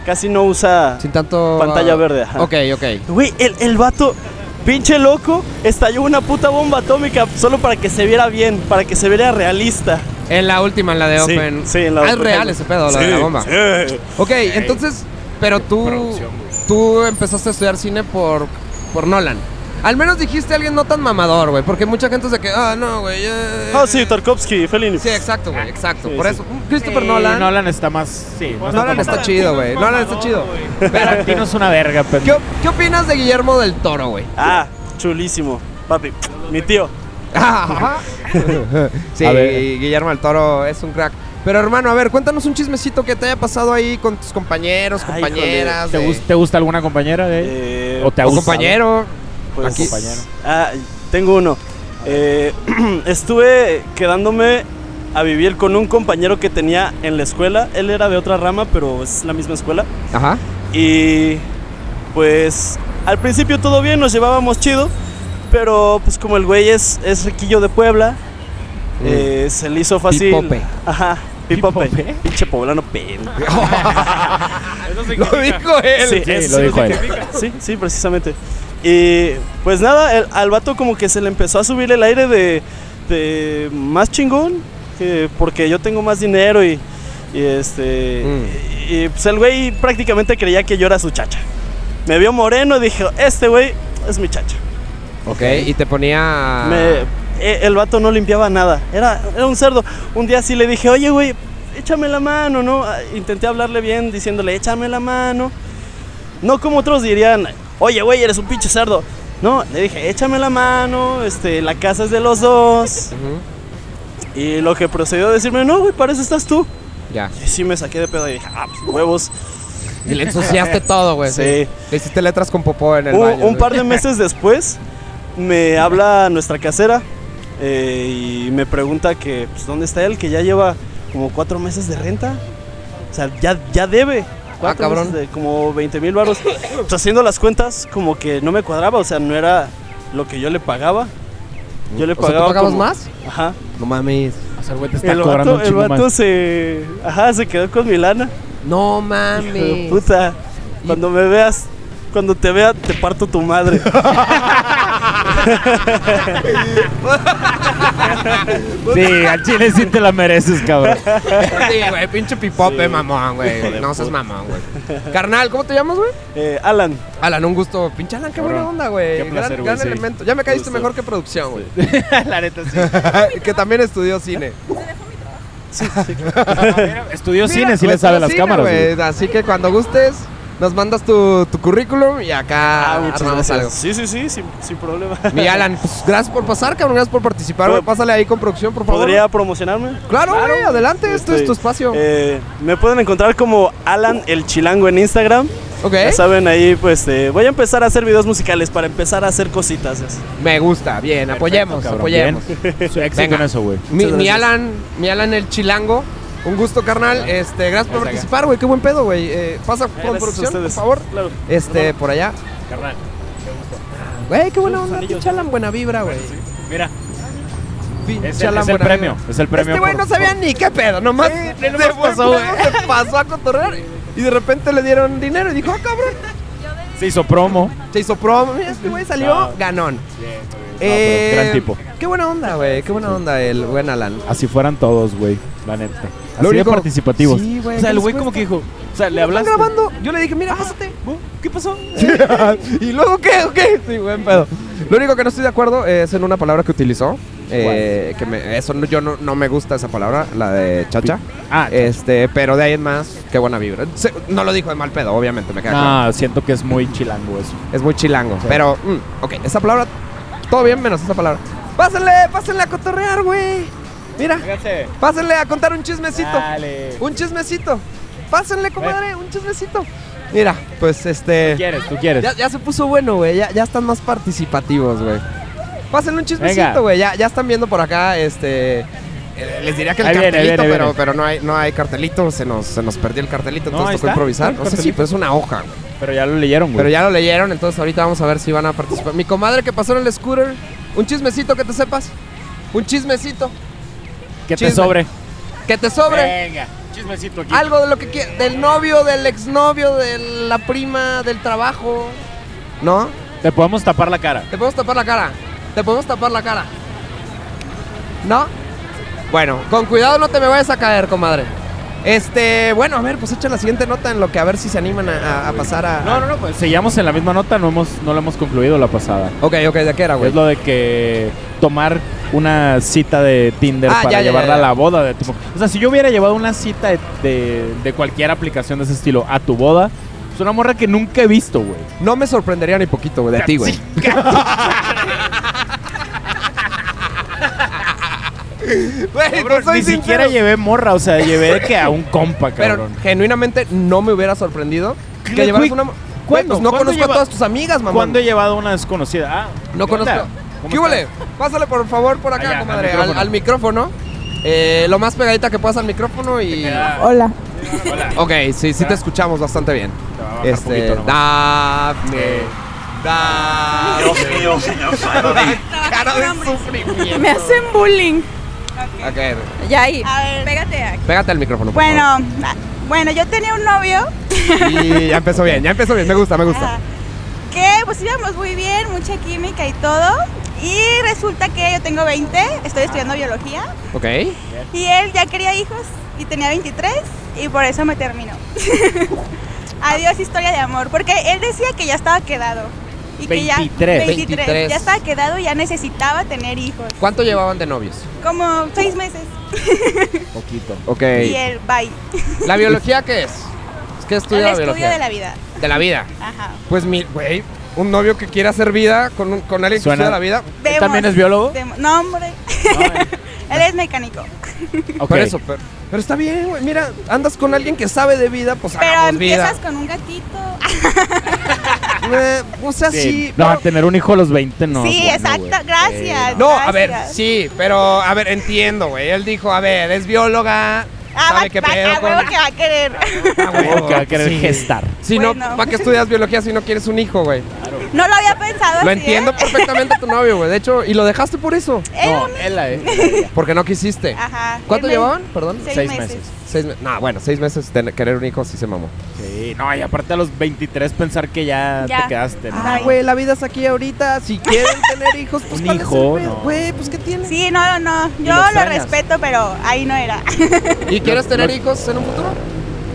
Speaker 7: casi no usa...
Speaker 1: Sin tanto... ah,
Speaker 7: Pantalla verde, ajá.
Speaker 1: Ok, ok.
Speaker 7: Güey, el, el vato, pinche loco, estalló una puta bomba atómica solo para que se viera bien, para que se viera realista.
Speaker 1: En la última, en la de
Speaker 7: Sí,
Speaker 1: Open.
Speaker 7: sí, en la
Speaker 1: Ah, es
Speaker 7: Open.
Speaker 1: real ese pedo, la de la bomba.
Speaker 7: Sí.
Speaker 1: Ok, entonces, pero tú,
Speaker 3: producción, güey.
Speaker 1: tú empezaste a estudiar cine por, por Nolan. Al menos dijiste a alguien no tan mamador, güey, porque mucha gente se que, ah, no, güey. eh".
Speaker 7: Ah, sí, Tarkovsky, Fellini.
Speaker 1: Sí, exacto, güey, exacto.
Speaker 7: Sí,
Speaker 1: por
Speaker 7: sí.
Speaker 1: eso, Christopher
Speaker 3: Sí,
Speaker 1: Nolan. Nolan,
Speaker 3: Nolan está más. Sí, más
Speaker 1: está chido, güey. Nolan está chido.
Speaker 3: Tarantino es una verga, pero.
Speaker 1: ¿Qué, qué opinas de Guillermo del Toro, güey?
Speaker 7: Ah, chulísimo. Papi, mi tío.
Speaker 1: sí,
Speaker 3: A ver.
Speaker 1: Guillermo del Toro es un crack. Pero hermano, a ver, cuéntanos un chismecito que te haya pasado ahí con tus compañeros,
Speaker 7: Ay,
Speaker 1: compañeras.
Speaker 3: ¿Te,
Speaker 1: de-
Speaker 3: gus- te gusta alguna compañera de
Speaker 7: Eh,
Speaker 3: ¿O te ha
Speaker 1: o
Speaker 3: gustado?
Speaker 1: compañero.
Speaker 7: pues,
Speaker 1: aquí.
Speaker 3: compañero.
Speaker 7: Ah, tengo uno. Eh, estuve quedándome a vivir con un compañero que tenía en la escuela. Él era de otra rama, pero es la misma escuela.
Speaker 1: Ajá.
Speaker 7: Y pues al principio todo bien, nos llevábamos chido, pero pues como el güey es, es riquillo de Puebla,
Speaker 1: Mm.
Speaker 7: eh, se le hizo fácil.
Speaker 1: Pipope.
Speaker 7: Ajá, pipope.
Speaker 3: ¿Pipope?
Speaker 7: Pinche poblano pendejo.
Speaker 1: Lo dijo él.
Speaker 7: Sí,
Speaker 3: sí,
Speaker 7: eso
Speaker 3: lo
Speaker 7: sí
Speaker 3: dijo él.
Speaker 7: significa. Sí, sí, precisamente. Y pues nada, el- al vato como que se le empezó a subir el aire de, de más chingón, que porque yo tengo más dinero y, y este...
Speaker 1: Mm.
Speaker 7: Y, pues el güey prácticamente creía que yo era su chacha. Me vio moreno y dijo, este güey es mi chacha.
Speaker 1: Ok, y te ponía.
Speaker 7: Me- e- el vato no limpiaba nada, era, era un cerdo. Un día sí le dije, oye, güey, échame la mano, ¿no? Ah, Intenté hablarle bien diciéndole, échame la mano. No como otros dirían, oye, güey, eres un pinche cerdo. No, le dije, échame la mano, este, la casa es de los dos.
Speaker 1: Ujú,
Speaker 7: Y lo que procedió a decirme, no, güey, para eso estás tú.
Speaker 1: Ya.
Speaker 7: Y sí me saqué de pedo y dije, ah, pues, huevos.
Speaker 1: Y le ensuciaste todo, güey.
Speaker 7: Sí.
Speaker 1: Le hiciste letras con popó en el
Speaker 7: un,
Speaker 1: baño.
Speaker 7: un
Speaker 1: güey.
Speaker 7: par de meses después me habla nuestra casera eh, y me pregunta que pues, dónde está él, que ya lleva como cuatro meses de renta. O sea, ya, ya debe. Cuatro
Speaker 1: Ah, cabrón.
Speaker 7: meses de como 20 mil baros. Pues, haciendo las cuentas, como que no me cuadraba, o sea, no era lo que yo le pagaba. Yo le
Speaker 1: O sea, ¿tú
Speaker 7: pagaba.
Speaker 1: pagabas
Speaker 7: como-
Speaker 1: más?
Speaker 7: Ajá.
Speaker 1: No mames.
Speaker 3: O sea, el güey te está
Speaker 7: El
Speaker 3: cobrando
Speaker 7: vato,
Speaker 3: un
Speaker 7: el
Speaker 3: chingo
Speaker 7: vato
Speaker 3: más.
Speaker 7: se. Ajá,
Speaker 1: Ah,
Speaker 7: se quedó con mi lana.
Speaker 1: No
Speaker 7: Hijo de
Speaker 1: mames.
Speaker 7: puta. Cuando me veas, cuando te vea, te parto tu madre.
Speaker 3: Sí, al chile sí te la mereces, cabrón.
Speaker 1: Sí, güey, pinche pipope, mamón, güey. No seas mamón, güey. Carnal, ¿cómo te llamas, güey?
Speaker 7: Eh, Alan,
Speaker 1: Alan, un gusto. Pinche Alan, qué buena
Speaker 3: Cabrón.
Speaker 1: onda, güey.
Speaker 3: Qué placer,
Speaker 1: gran
Speaker 3: güey,
Speaker 1: gran
Speaker 3: sí.
Speaker 1: elemento. Ya me caíste
Speaker 7: Gusto.
Speaker 1: mejor que producción, güey.
Speaker 3: la neta, sí.
Speaker 1: que también estudió cine.
Speaker 3: Estudió
Speaker 1: Mira,
Speaker 3: cine, sí
Speaker 1: güey,
Speaker 3: le sabe
Speaker 1: estudió
Speaker 3: las
Speaker 1: cine,
Speaker 3: cámaras.
Speaker 1: güey.
Speaker 3: güey.
Speaker 1: Así que cuando gustes, nos mandas tu, tu currículum y acá
Speaker 7: Ah, muchas
Speaker 1: armamos
Speaker 7: gracias.
Speaker 1: algo.
Speaker 7: Sí, sí, sí, sin, sin problema.
Speaker 1: Mi Alan, pues, gracias por pasar, cabrón. Gracias por participar, güey.
Speaker 7: Pero-
Speaker 1: Pásale ahí con producción, por favor.
Speaker 7: Pues, ¿Podría promocionarme?
Speaker 1: Claro, güey, adelante. Esto es
Speaker 7: Este,
Speaker 1: tu espacio.
Speaker 7: eh, me pueden encontrar como Alan el Chilango en Instagram.
Speaker 1: ok.
Speaker 7: Ya saben, ahí pues eh, voy a empezar a hacer videos musicales para empezar a hacer cositas. es-
Speaker 1: Me gusta, bien. apoyemos,
Speaker 3: cabrón,
Speaker 1: apoyemos.
Speaker 3: bien. Su éxito
Speaker 1: Venga.
Speaker 3: en eso, güey.
Speaker 1: Mi,
Speaker 7: Muchas
Speaker 1: mi
Speaker 7: gracias.
Speaker 1: Alan, mi Alan el chilango. Un gusto, carnal. Este, gracias por
Speaker 3: Gracias,
Speaker 1: participar, güey. Qué buen pedo, güey. Eh, pasa
Speaker 7: Gracias
Speaker 1: con
Speaker 7: a
Speaker 1: producción, por
Speaker 7: ustedes.
Speaker 1: favor.
Speaker 7: Claro.
Speaker 1: Este, por allá. Carnal, qué gusto. Güey, qué buena onda, pinche Alan, buena vibra, güey.
Speaker 3: Mira,
Speaker 1: Pinche
Speaker 3: es el,
Speaker 1: Alan
Speaker 3: es el
Speaker 1: buena
Speaker 3: premio.
Speaker 1: vibra.
Speaker 3: Es el premio.
Speaker 1: Este güey
Speaker 3: por-
Speaker 1: no sabía ni qué pedo, nomás se,
Speaker 3: nomás
Speaker 1: fue,
Speaker 3: pasó,
Speaker 1: luego se pasó a cotorrear y de repente le dieron dinero y dijo, ah, cabrón,
Speaker 3: por- Se hizo promo.
Speaker 1: se hizo promo, mira, este güey salió
Speaker 3: Ah.
Speaker 1: ganón. Eh,
Speaker 3: pero gran tipo.
Speaker 1: Qué buena onda, güey, qué buena onda el buen Alan.
Speaker 3: Así fueran todos, güey. La neta. Así
Speaker 1: Lo
Speaker 3: de
Speaker 1: único-
Speaker 3: participativos.
Speaker 1: Sí, güey,
Speaker 3: o sea,
Speaker 1: ¿qué
Speaker 3: el
Speaker 1: les
Speaker 3: güey como
Speaker 1: cuesta?
Speaker 3: que dijo. O sea, le
Speaker 1: ¿Están
Speaker 3: hablaste.
Speaker 1: grabando? Yo le dije,
Speaker 3: Ah.
Speaker 1: mira, pásate.
Speaker 3: ¿Qué pasó?
Speaker 1: ¿Y luego qué? ¿O qué? Sí, buen pedo. Lo único que no estoy de acuerdo es en una palabra que utilizó. eh, que me- eso no- yo no, no me gusta esa palabra, la de chacha.
Speaker 3: Ah,
Speaker 1: Este, pero de ahí en más, qué buena vibra. Se- no lo dijo de mal pedo, obviamente, me queda claro.
Speaker 3: no, Ah, siento que es muy chilango eso.
Speaker 1: Es muy chilango. Pero, mm, ok, esa palabra, todo bien menos esa palabra. Pásenle, pásenle a cotorrear, güey. Mira, pásenle a contar un chismecito.
Speaker 3: Dale.
Speaker 1: Un chismecito. Pásenle, comadre, un chismecito. Mira, pues este.
Speaker 3: quieres? ¿Tú quieres?
Speaker 1: Ya, ya se puso bueno, güey. Ya, ya están más participativos, güey. Pásenle un
Speaker 3: Venga.
Speaker 1: chismecito, güey. Ya, ya están viendo por acá, este. eh, Les diría que el
Speaker 3: Ahí viene,
Speaker 1: cartelito,
Speaker 3: ahí viene,
Speaker 1: pero,
Speaker 3: viene.
Speaker 1: pero no, hay, no hay cartelito. Se nos, se nos perdió el cartelito,
Speaker 3: No,
Speaker 1: entonces
Speaker 3: ahí
Speaker 1: tocó
Speaker 3: está.
Speaker 1: improvisar.
Speaker 3: Está
Speaker 1: No sé
Speaker 3: el
Speaker 1: si,
Speaker 3: cartelito.
Speaker 1: pero es una hoja. güey.
Speaker 3: Pero ya lo leyeron,
Speaker 1: Pero
Speaker 3: güey.
Speaker 1: ya lo leyeron, entonces ahorita vamos a ver si van a participar. Mi comadre que pasó en el scooter. Un chismecito que te sepas. Un chismecito.
Speaker 3: Que te
Speaker 1: chisme.
Speaker 3: sobre.
Speaker 1: Que te sobre.
Speaker 3: Venga, chismecito aquí.
Speaker 1: Algo de lo que quie- Del novio, del exnovio, de la prima, del trabajo. ¿No?
Speaker 3: Te podemos tapar la cara.
Speaker 1: Te podemos tapar la cara. Te podemos tapar la cara. ¿No? Bueno, con cuidado no te me vayas a caer, comadre. Este, bueno, a ver, pues echa la siguiente nota en lo que a ver si se animan a, a- a pasar a.
Speaker 3: No, no, no, pues seguíamos en la misma nota, no hemos, no la hemos concluido la pasada.
Speaker 1: Ok, ok, ¿de qué era, Ah, güey?
Speaker 3: Es lo de que tomar una cita de Tinder
Speaker 1: Ah,
Speaker 3: para
Speaker 1: ya, ya, ya,
Speaker 3: llevarla
Speaker 1: ya.
Speaker 3: a la boda de tu O sea, si yo hubiera llevado una cita de, de- de cualquier aplicación de ese estilo a tu boda, es una morra que nunca he visto, güey.
Speaker 1: No me sorprendería ni poquito, güey, de ti, güey. Güey, te
Speaker 8: Pues,
Speaker 3: Cabrón,
Speaker 1: soy
Speaker 3: ni
Speaker 1: sincero.
Speaker 3: siquiera llevé morra, o sea, llevé de que a un compa,
Speaker 1: Pero
Speaker 3: cabrón.
Speaker 1: genuinamente no me hubiera sorprendido que
Speaker 3: Güey,
Speaker 1: llevaras
Speaker 3: güey,
Speaker 1: una. güey,
Speaker 3: ¿cuándo?
Speaker 1: Pues no
Speaker 3: ¿Cuándo
Speaker 1: conozco
Speaker 3: lleva-
Speaker 1: a todas tus amigas, mamá.
Speaker 3: ¿Cuándo he llevado una desconocida? Ah,
Speaker 1: No
Speaker 3: ¿qué onda?
Speaker 1: conozco.
Speaker 3: ¿Cómo
Speaker 1: ¿Qué
Speaker 3: estás?
Speaker 1: huele? Pásale por favor por acá,
Speaker 3: Allá, al
Speaker 1: comadre, al,
Speaker 3: micrófono.
Speaker 1: al micrófono. Eh, lo más pegadita que puedas al micrófono y.
Speaker 8: Hola.
Speaker 1: Ok, sí, sí te escuchamos bastante bien.
Speaker 3: Te va a bajar
Speaker 1: Este.
Speaker 3: poquito nomás. Eh.
Speaker 1: Dafne. Dafne. Cara de sufrimiento.
Speaker 8: Me hacen bullying.
Speaker 1: Ok,
Speaker 8: Ya ahí. Pégate aquí.
Speaker 1: pégate al micrófono. por
Speaker 8: Bueno, ah, bueno, yo tenía un novio
Speaker 1: favor. Y ya empezó bien, ya empezó bien. Me gusta, me gusta.
Speaker 8: ajá, Ah, que pues íbamos muy bien, mucha química y todo. Y resulta que yo tengo 20, estoy estudiando biología
Speaker 1: Ok.
Speaker 8: y él ya quería hijos y tenía 23 y por eso me terminó. Adiós historia de amor, porque él decía que ya estaba quedado. Y que ya
Speaker 3: 23.
Speaker 1: 23.
Speaker 8: ya estaba quedado y ya necesitaba tener hijos.
Speaker 1: ¿Cuánto llevaban de novios?
Speaker 8: Como seis meses.
Speaker 3: Poquito.
Speaker 1: Ok.
Speaker 8: Y él, bye.
Speaker 1: ¿La biología qué es? Es que
Speaker 8: El
Speaker 1: estudia la
Speaker 8: estudio
Speaker 1: biología.
Speaker 8: de la vida.
Speaker 1: De la vida.
Speaker 8: Ajá.
Speaker 1: Pues mi, güey, un novio que quiera hacer vida con, un- con alguien que
Speaker 3: Suena-
Speaker 1: estudia la vida.
Speaker 8: Vemos.
Speaker 3: también es biólogo?
Speaker 8: Vemos. No, hombre. Él es mecánico.
Speaker 3: Ok.
Speaker 1: Por eso, pero, Pero está bien, güey. Mira, andas con alguien que sabe de vida, pues
Speaker 8: Pero
Speaker 1: hagamos vida.
Speaker 8: empiezas con un gatito.
Speaker 1: Eh, o sea, sí.
Speaker 3: no,
Speaker 1: pero-
Speaker 3: tener un hijo a los 20 no.
Speaker 8: Ah, sí,
Speaker 3: es bueno,
Speaker 8: exacto.
Speaker 3: güey.
Speaker 8: Gracias.
Speaker 1: No, a ver,
Speaker 8: gracias.
Speaker 1: sí, pero a ver, entiendo, güey. Él dijo, a ver, es bióloga,
Speaker 8: Ah,
Speaker 1: sabe
Speaker 8: va-
Speaker 1: qué
Speaker 8: va-
Speaker 1: pedo
Speaker 8: a
Speaker 1: con-
Speaker 8: huevo que va a querer.
Speaker 1: Ah, güey,
Speaker 3: Como que va a querer
Speaker 1: sí.
Speaker 3: gestar.
Speaker 1: Si no,
Speaker 8: Bueno.
Speaker 1: ¿para qué estudias biología si no quieres un hijo, güey?
Speaker 8: No lo había pensado
Speaker 1: Lo
Speaker 8: así.
Speaker 1: entiendo
Speaker 8: ¿eh?
Speaker 1: perfectamente a tu novio, güey. De hecho, y lo dejaste por eso.
Speaker 8: Era un-
Speaker 3: él la
Speaker 1: Porque no quisiste.
Speaker 8: Ajá.
Speaker 1: ¿Cuánto
Speaker 8: Él me-
Speaker 1: llevaban? Perdón.
Speaker 8: Seis,
Speaker 3: Seis
Speaker 8: meses.
Speaker 3: meses.
Speaker 1: Seis meses. No, bueno, seis meses de querer un hijo sí se mamó.
Speaker 3: Sí, no, y aparte a los 23 pensar que ya,
Speaker 8: Ya. Ah,
Speaker 3: te quedaste. ¿no?
Speaker 8: Ay.
Speaker 1: Güey, la vida es aquí ahorita. Si quieren tener hijos, pues
Speaker 3: Un
Speaker 1: ¿cuál es el
Speaker 3: hijo,
Speaker 1: pedo,
Speaker 3: no.
Speaker 1: Güey, pues ¿qué tiene?
Speaker 8: Sí, no, no.
Speaker 3: lo
Speaker 8: Yo lo,
Speaker 3: extrañas.
Speaker 8: respeto, pero ahí no era.
Speaker 1: ¿Y quieres tener hijos en un futuro?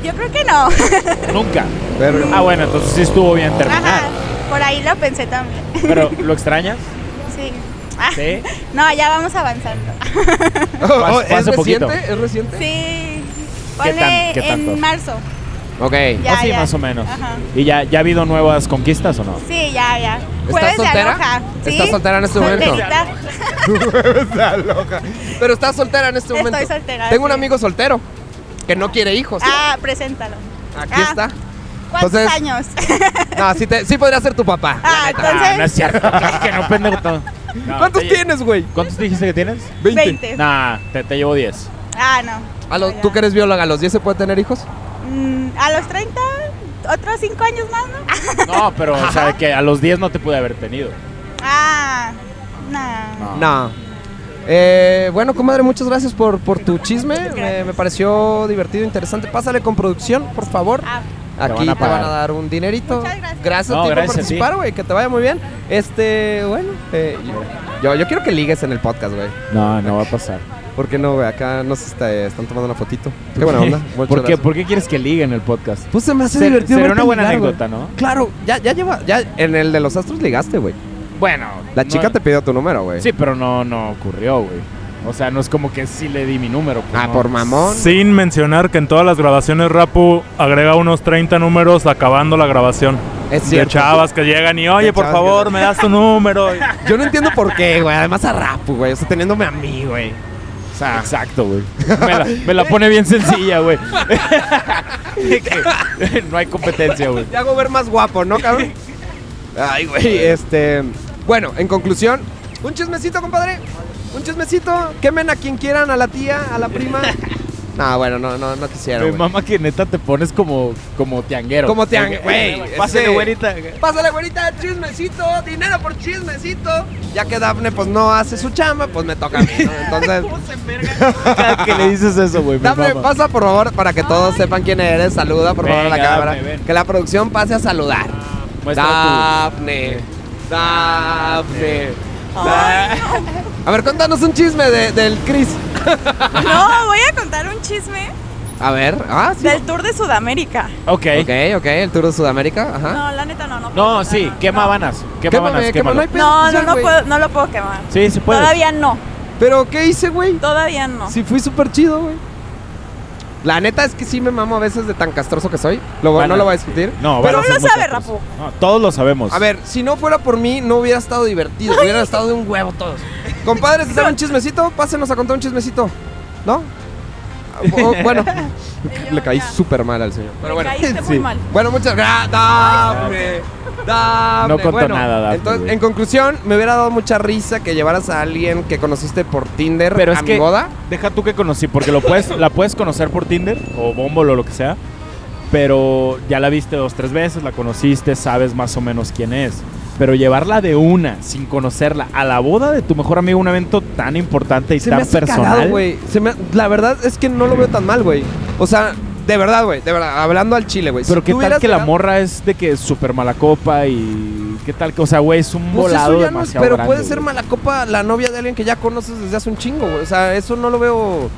Speaker 8: Yo creo que no.
Speaker 3: Nunca.
Speaker 1: Pero,
Speaker 3: Ah, bueno, entonces sí estuvo bien
Speaker 8: Ajá.
Speaker 3: terminar.
Speaker 8: Por ahí lo pensé también.
Speaker 3: Pero, ¿lo extrañas?
Speaker 8: Sí. Ah,
Speaker 3: Sí.
Speaker 8: No, ya vamos avanzando.
Speaker 1: Oh, oh,
Speaker 3: fue
Speaker 1: ¿Es
Speaker 3: hace poquito.
Speaker 1: reciente? ¿Es reciente?
Speaker 8: Sí.
Speaker 3: ¿Qué
Speaker 8: Ponle
Speaker 3: tan- qué tanto?
Speaker 8: en marzo.
Speaker 1: Ok.
Speaker 8: Ya,
Speaker 3: Oh, sí,
Speaker 8: ya.
Speaker 3: más o menos.
Speaker 8: Ajá.
Speaker 3: ¿Y ya, ya ha habido nuevas conquistas o no?
Speaker 8: Sí, ya, ya.
Speaker 1: ¿Estás
Speaker 8: Jueves de
Speaker 1: soltera?
Speaker 8: aloja. ¿Sí?
Speaker 1: ¿Estás soltera en este momento?
Speaker 8: Solterita.
Speaker 1: Pero estás soltera en este
Speaker 8: Estoy
Speaker 1: momento.
Speaker 8: soltera,
Speaker 1: Tengo un
Speaker 8: sí.
Speaker 1: amigo soltero que no quiere hijos.
Speaker 8: Ah, preséntalo.
Speaker 1: Aquí
Speaker 8: ah.
Speaker 1: está.
Speaker 8: ¿Cuántos
Speaker 1: Entonces-
Speaker 8: años?
Speaker 1: No, sí, te- sí podría ser tu papá. la
Speaker 8: Ah,
Speaker 1: neta.
Speaker 3: Ah, no es
Speaker 8: entonces.
Speaker 3: cierto. que no, pendejo. todo. No,
Speaker 1: ¿Cuántos
Speaker 3: te lle-
Speaker 1: tienes, güey?
Speaker 3: ¿Cuántos dijiste que tienes?
Speaker 1: 20.
Speaker 8: 20.
Speaker 3: Nah, te, te llevo 10.
Speaker 8: Ah, no.
Speaker 1: A los,
Speaker 8: No, ya.
Speaker 1: ¿Tú que eres bióloga, a los 10 se puede tener hijos?
Speaker 8: Mm, a los 30, otros 5 años más, ¿no?
Speaker 3: No, pero, o sea, que a los 10 no te pude haber tenido.
Speaker 8: Ah, no.
Speaker 1: No. Eh, bueno, comadre, muchas gracias por, por tu chisme. Me, me pareció divertido, interesante. Pásale con producción, por favor.
Speaker 8: Ah,
Speaker 1: Aquí te
Speaker 3: van a
Speaker 1: van,
Speaker 3: pagar.
Speaker 1: a dar un dinerito.
Speaker 8: Muchas gracias.
Speaker 1: Gracias,
Speaker 3: No,
Speaker 1: a ti
Speaker 3: gracias a
Speaker 1: por
Speaker 3: ti.
Speaker 1: participar, güey. Que te vaya muy bien. Este, bueno, eh, yo, yo quiero que ligues en el podcast, güey.
Speaker 3: No, no va a pasar.
Speaker 1: ¿Por qué no, güey? Acá nos está- están tomando una fotito. Qué buena onda. Muchas
Speaker 3: ¿Por qué,
Speaker 1: gracias.
Speaker 3: ¿Por qué quieres que ligue en el podcast?
Speaker 1: Pues se me hace
Speaker 3: Ser-
Speaker 1: divertido.
Speaker 3: sería
Speaker 1: verte
Speaker 3: una buena
Speaker 1: ligar, güey.
Speaker 3: anécdota, ¿no?
Speaker 1: Claro, ya, ya lleva. Ya en el de los astros ligaste, güey.
Speaker 3: Bueno.
Speaker 1: La chica
Speaker 3: no-
Speaker 1: te pidió tu número, güey.
Speaker 3: Sí, pero no, no ocurrió, güey. O sea, no es como que sí le di mi número. pues,
Speaker 1: Ah,
Speaker 3: no.
Speaker 1: por mamón.
Speaker 4: Sin mencionar que en todas las grabaciones Rapu agrega unos 30 números acabando la grabación.
Speaker 1: Es
Speaker 4: De
Speaker 1: cierto.
Speaker 4: chavas que llegan y, oye,
Speaker 1: De
Speaker 4: por
Speaker 1: chavas que
Speaker 4: favor,
Speaker 1: llegan".
Speaker 4: me das tu número. Y-
Speaker 1: Yo no entiendo por qué, güey. Además a Rapu, güey. O sea, teniéndome a mí, güey. O sea,
Speaker 3: Exacto, güey. Me la, me la pone bien sencilla, güey. De que no hay competencia, güey.
Speaker 1: te hago ver más guapo, ¿no, cabrón? Ay, güey. Este. Bueno, en conclusión, un chismecito, compadre. Un chismecito. Quemen a quien quieran, a la tía, a la prima. No, bueno, no, no, no quisiera,
Speaker 3: Me
Speaker 1: güey.
Speaker 3: mama que neta te pones como, como tianguero.
Speaker 1: Como tiangue- güey,
Speaker 3: Eh, Pásale,
Speaker 1: ese-
Speaker 3: güerita.
Speaker 1: Pásale, güerita, chismecito, dinero por chismecito. Ya que Dafne, pues no hace su chamba, pues me toca a mí, ¿no? Entonces,
Speaker 3: Cada que le dices eso, güey. me
Speaker 1: Dafne,
Speaker 3: mama.
Speaker 1: pasa por favor para que todos sepan quién eres. Saluda por favor a la
Speaker 3: Venga,
Speaker 1: cámara.
Speaker 3: Dafne, ven. Ah,
Speaker 1: que la producción pase a saludar.
Speaker 3: Muestra
Speaker 1: Dafne, Dafne. Dafne. A ver, cuéntanos un chisme de- del Chris.
Speaker 8: No, voy a contar un chisme
Speaker 1: A ver, ah, sí.
Speaker 8: del Tour de Sudamérica.
Speaker 3: tu- Ok.
Speaker 1: Ok, ok, el Tour de Sudamérica, ajá.
Speaker 8: No, la neta no, no. puedo
Speaker 3: No,
Speaker 8: contar,
Speaker 3: sí, quema habanas. Quema
Speaker 1: Quémame, quémame,
Speaker 3: habanas, quémalo.
Speaker 1: no hay pedo,
Speaker 8: No,
Speaker 1: pues,
Speaker 8: no,
Speaker 1: ya,
Speaker 8: no,
Speaker 1: güey.
Speaker 8: puedo, no lo puedo quemar.
Speaker 3: Sí, se puede.
Speaker 8: Todavía no,
Speaker 1: Pero, ¿qué hice, güey?
Speaker 8: todavía no.
Speaker 1: Sí, fui súper chido, güey. La neta es que sí me mamo a veces de tan castroso que soy. Lo, voy-
Speaker 3: Bueno,
Speaker 1: no lo voy a discutir.
Speaker 3: No,
Speaker 1: Pero
Speaker 3: habanas
Speaker 8: uno
Speaker 3: es muy
Speaker 8: sabe,
Speaker 3: costoso.
Speaker 8: Rapu.
Speaker 3: No, todos lo sabemos.
Speaker 1: A ver, si no fuera por mí, no hubiera estado divertido. Hubiera estado de un huevo todos. Compadres, ¿saben un chismecito? Pásenos a contar un chismecito. ¿No? O- o- bueno, le caí súper mal al señor. Pero bueno.
Speaker 8: Caíste muy
Speaker 3: sí.
Speaker 8: mal.
Speaker 1: Bueno, muchas gracias. Dafne. Dafne.
Speaker 3: No contó
Speaker 1: Bueno,
Speaker 3: nada, Dafne,
Speaker 1: Entonces,
Speaker 3: güey.
Speaker 1: en conclusión, me hubiera dado mucha risa que llevaras a alguien que conociste por Tinder
Speaker 3: Pero
Speaker 1: a
Speaker 3: es
Speaker 1: mi
Speaker 3: que
Speaker 1: boda.
Speaker 3: deja tú que conocí, porque lo puedes, la puedes conocer por Tinder o Bumble o lo que sea, pero ya la viste dos, tres veces, la conociste, sabes más o menos quién es. Pero llevarla de una, sin conocerla, a la boda de tu mejor amigo, un evento tan importante y
Speaker 1: Se me
Speaker 3: tan
Speaker 1: hace
Speaker 3: personal.
Speaker 1: cagado, güey. Se me- La verdad es que no lo veo tan mal, güey. O sea, de verdad, güey. De verdad, hablando al chile, güey.
Speaker 3: pero
Speaker 1: Si
Speaker 3: qué
Speaker 1: tú
Speaker 3: tal
Speaker 1: hubieras
Speaker 3: que la
Speaker 1: llegado-
Speaker 3: morra es de que súper mala copa y qué tal que, o sea, güey, es un
Speaker 1: Pues
Speaker 3: volado
Speaker 1: eso ya no es,
Speaker 3: demasiado
Speaker 1: pero
Speaker 3: grande,
Speaker 1: puede ser
Speaker 3: güey.
Speaker 1: mala copa la novia de alguien que ya conoces desde hace un chingo, güey. O sea, eso no lo veo.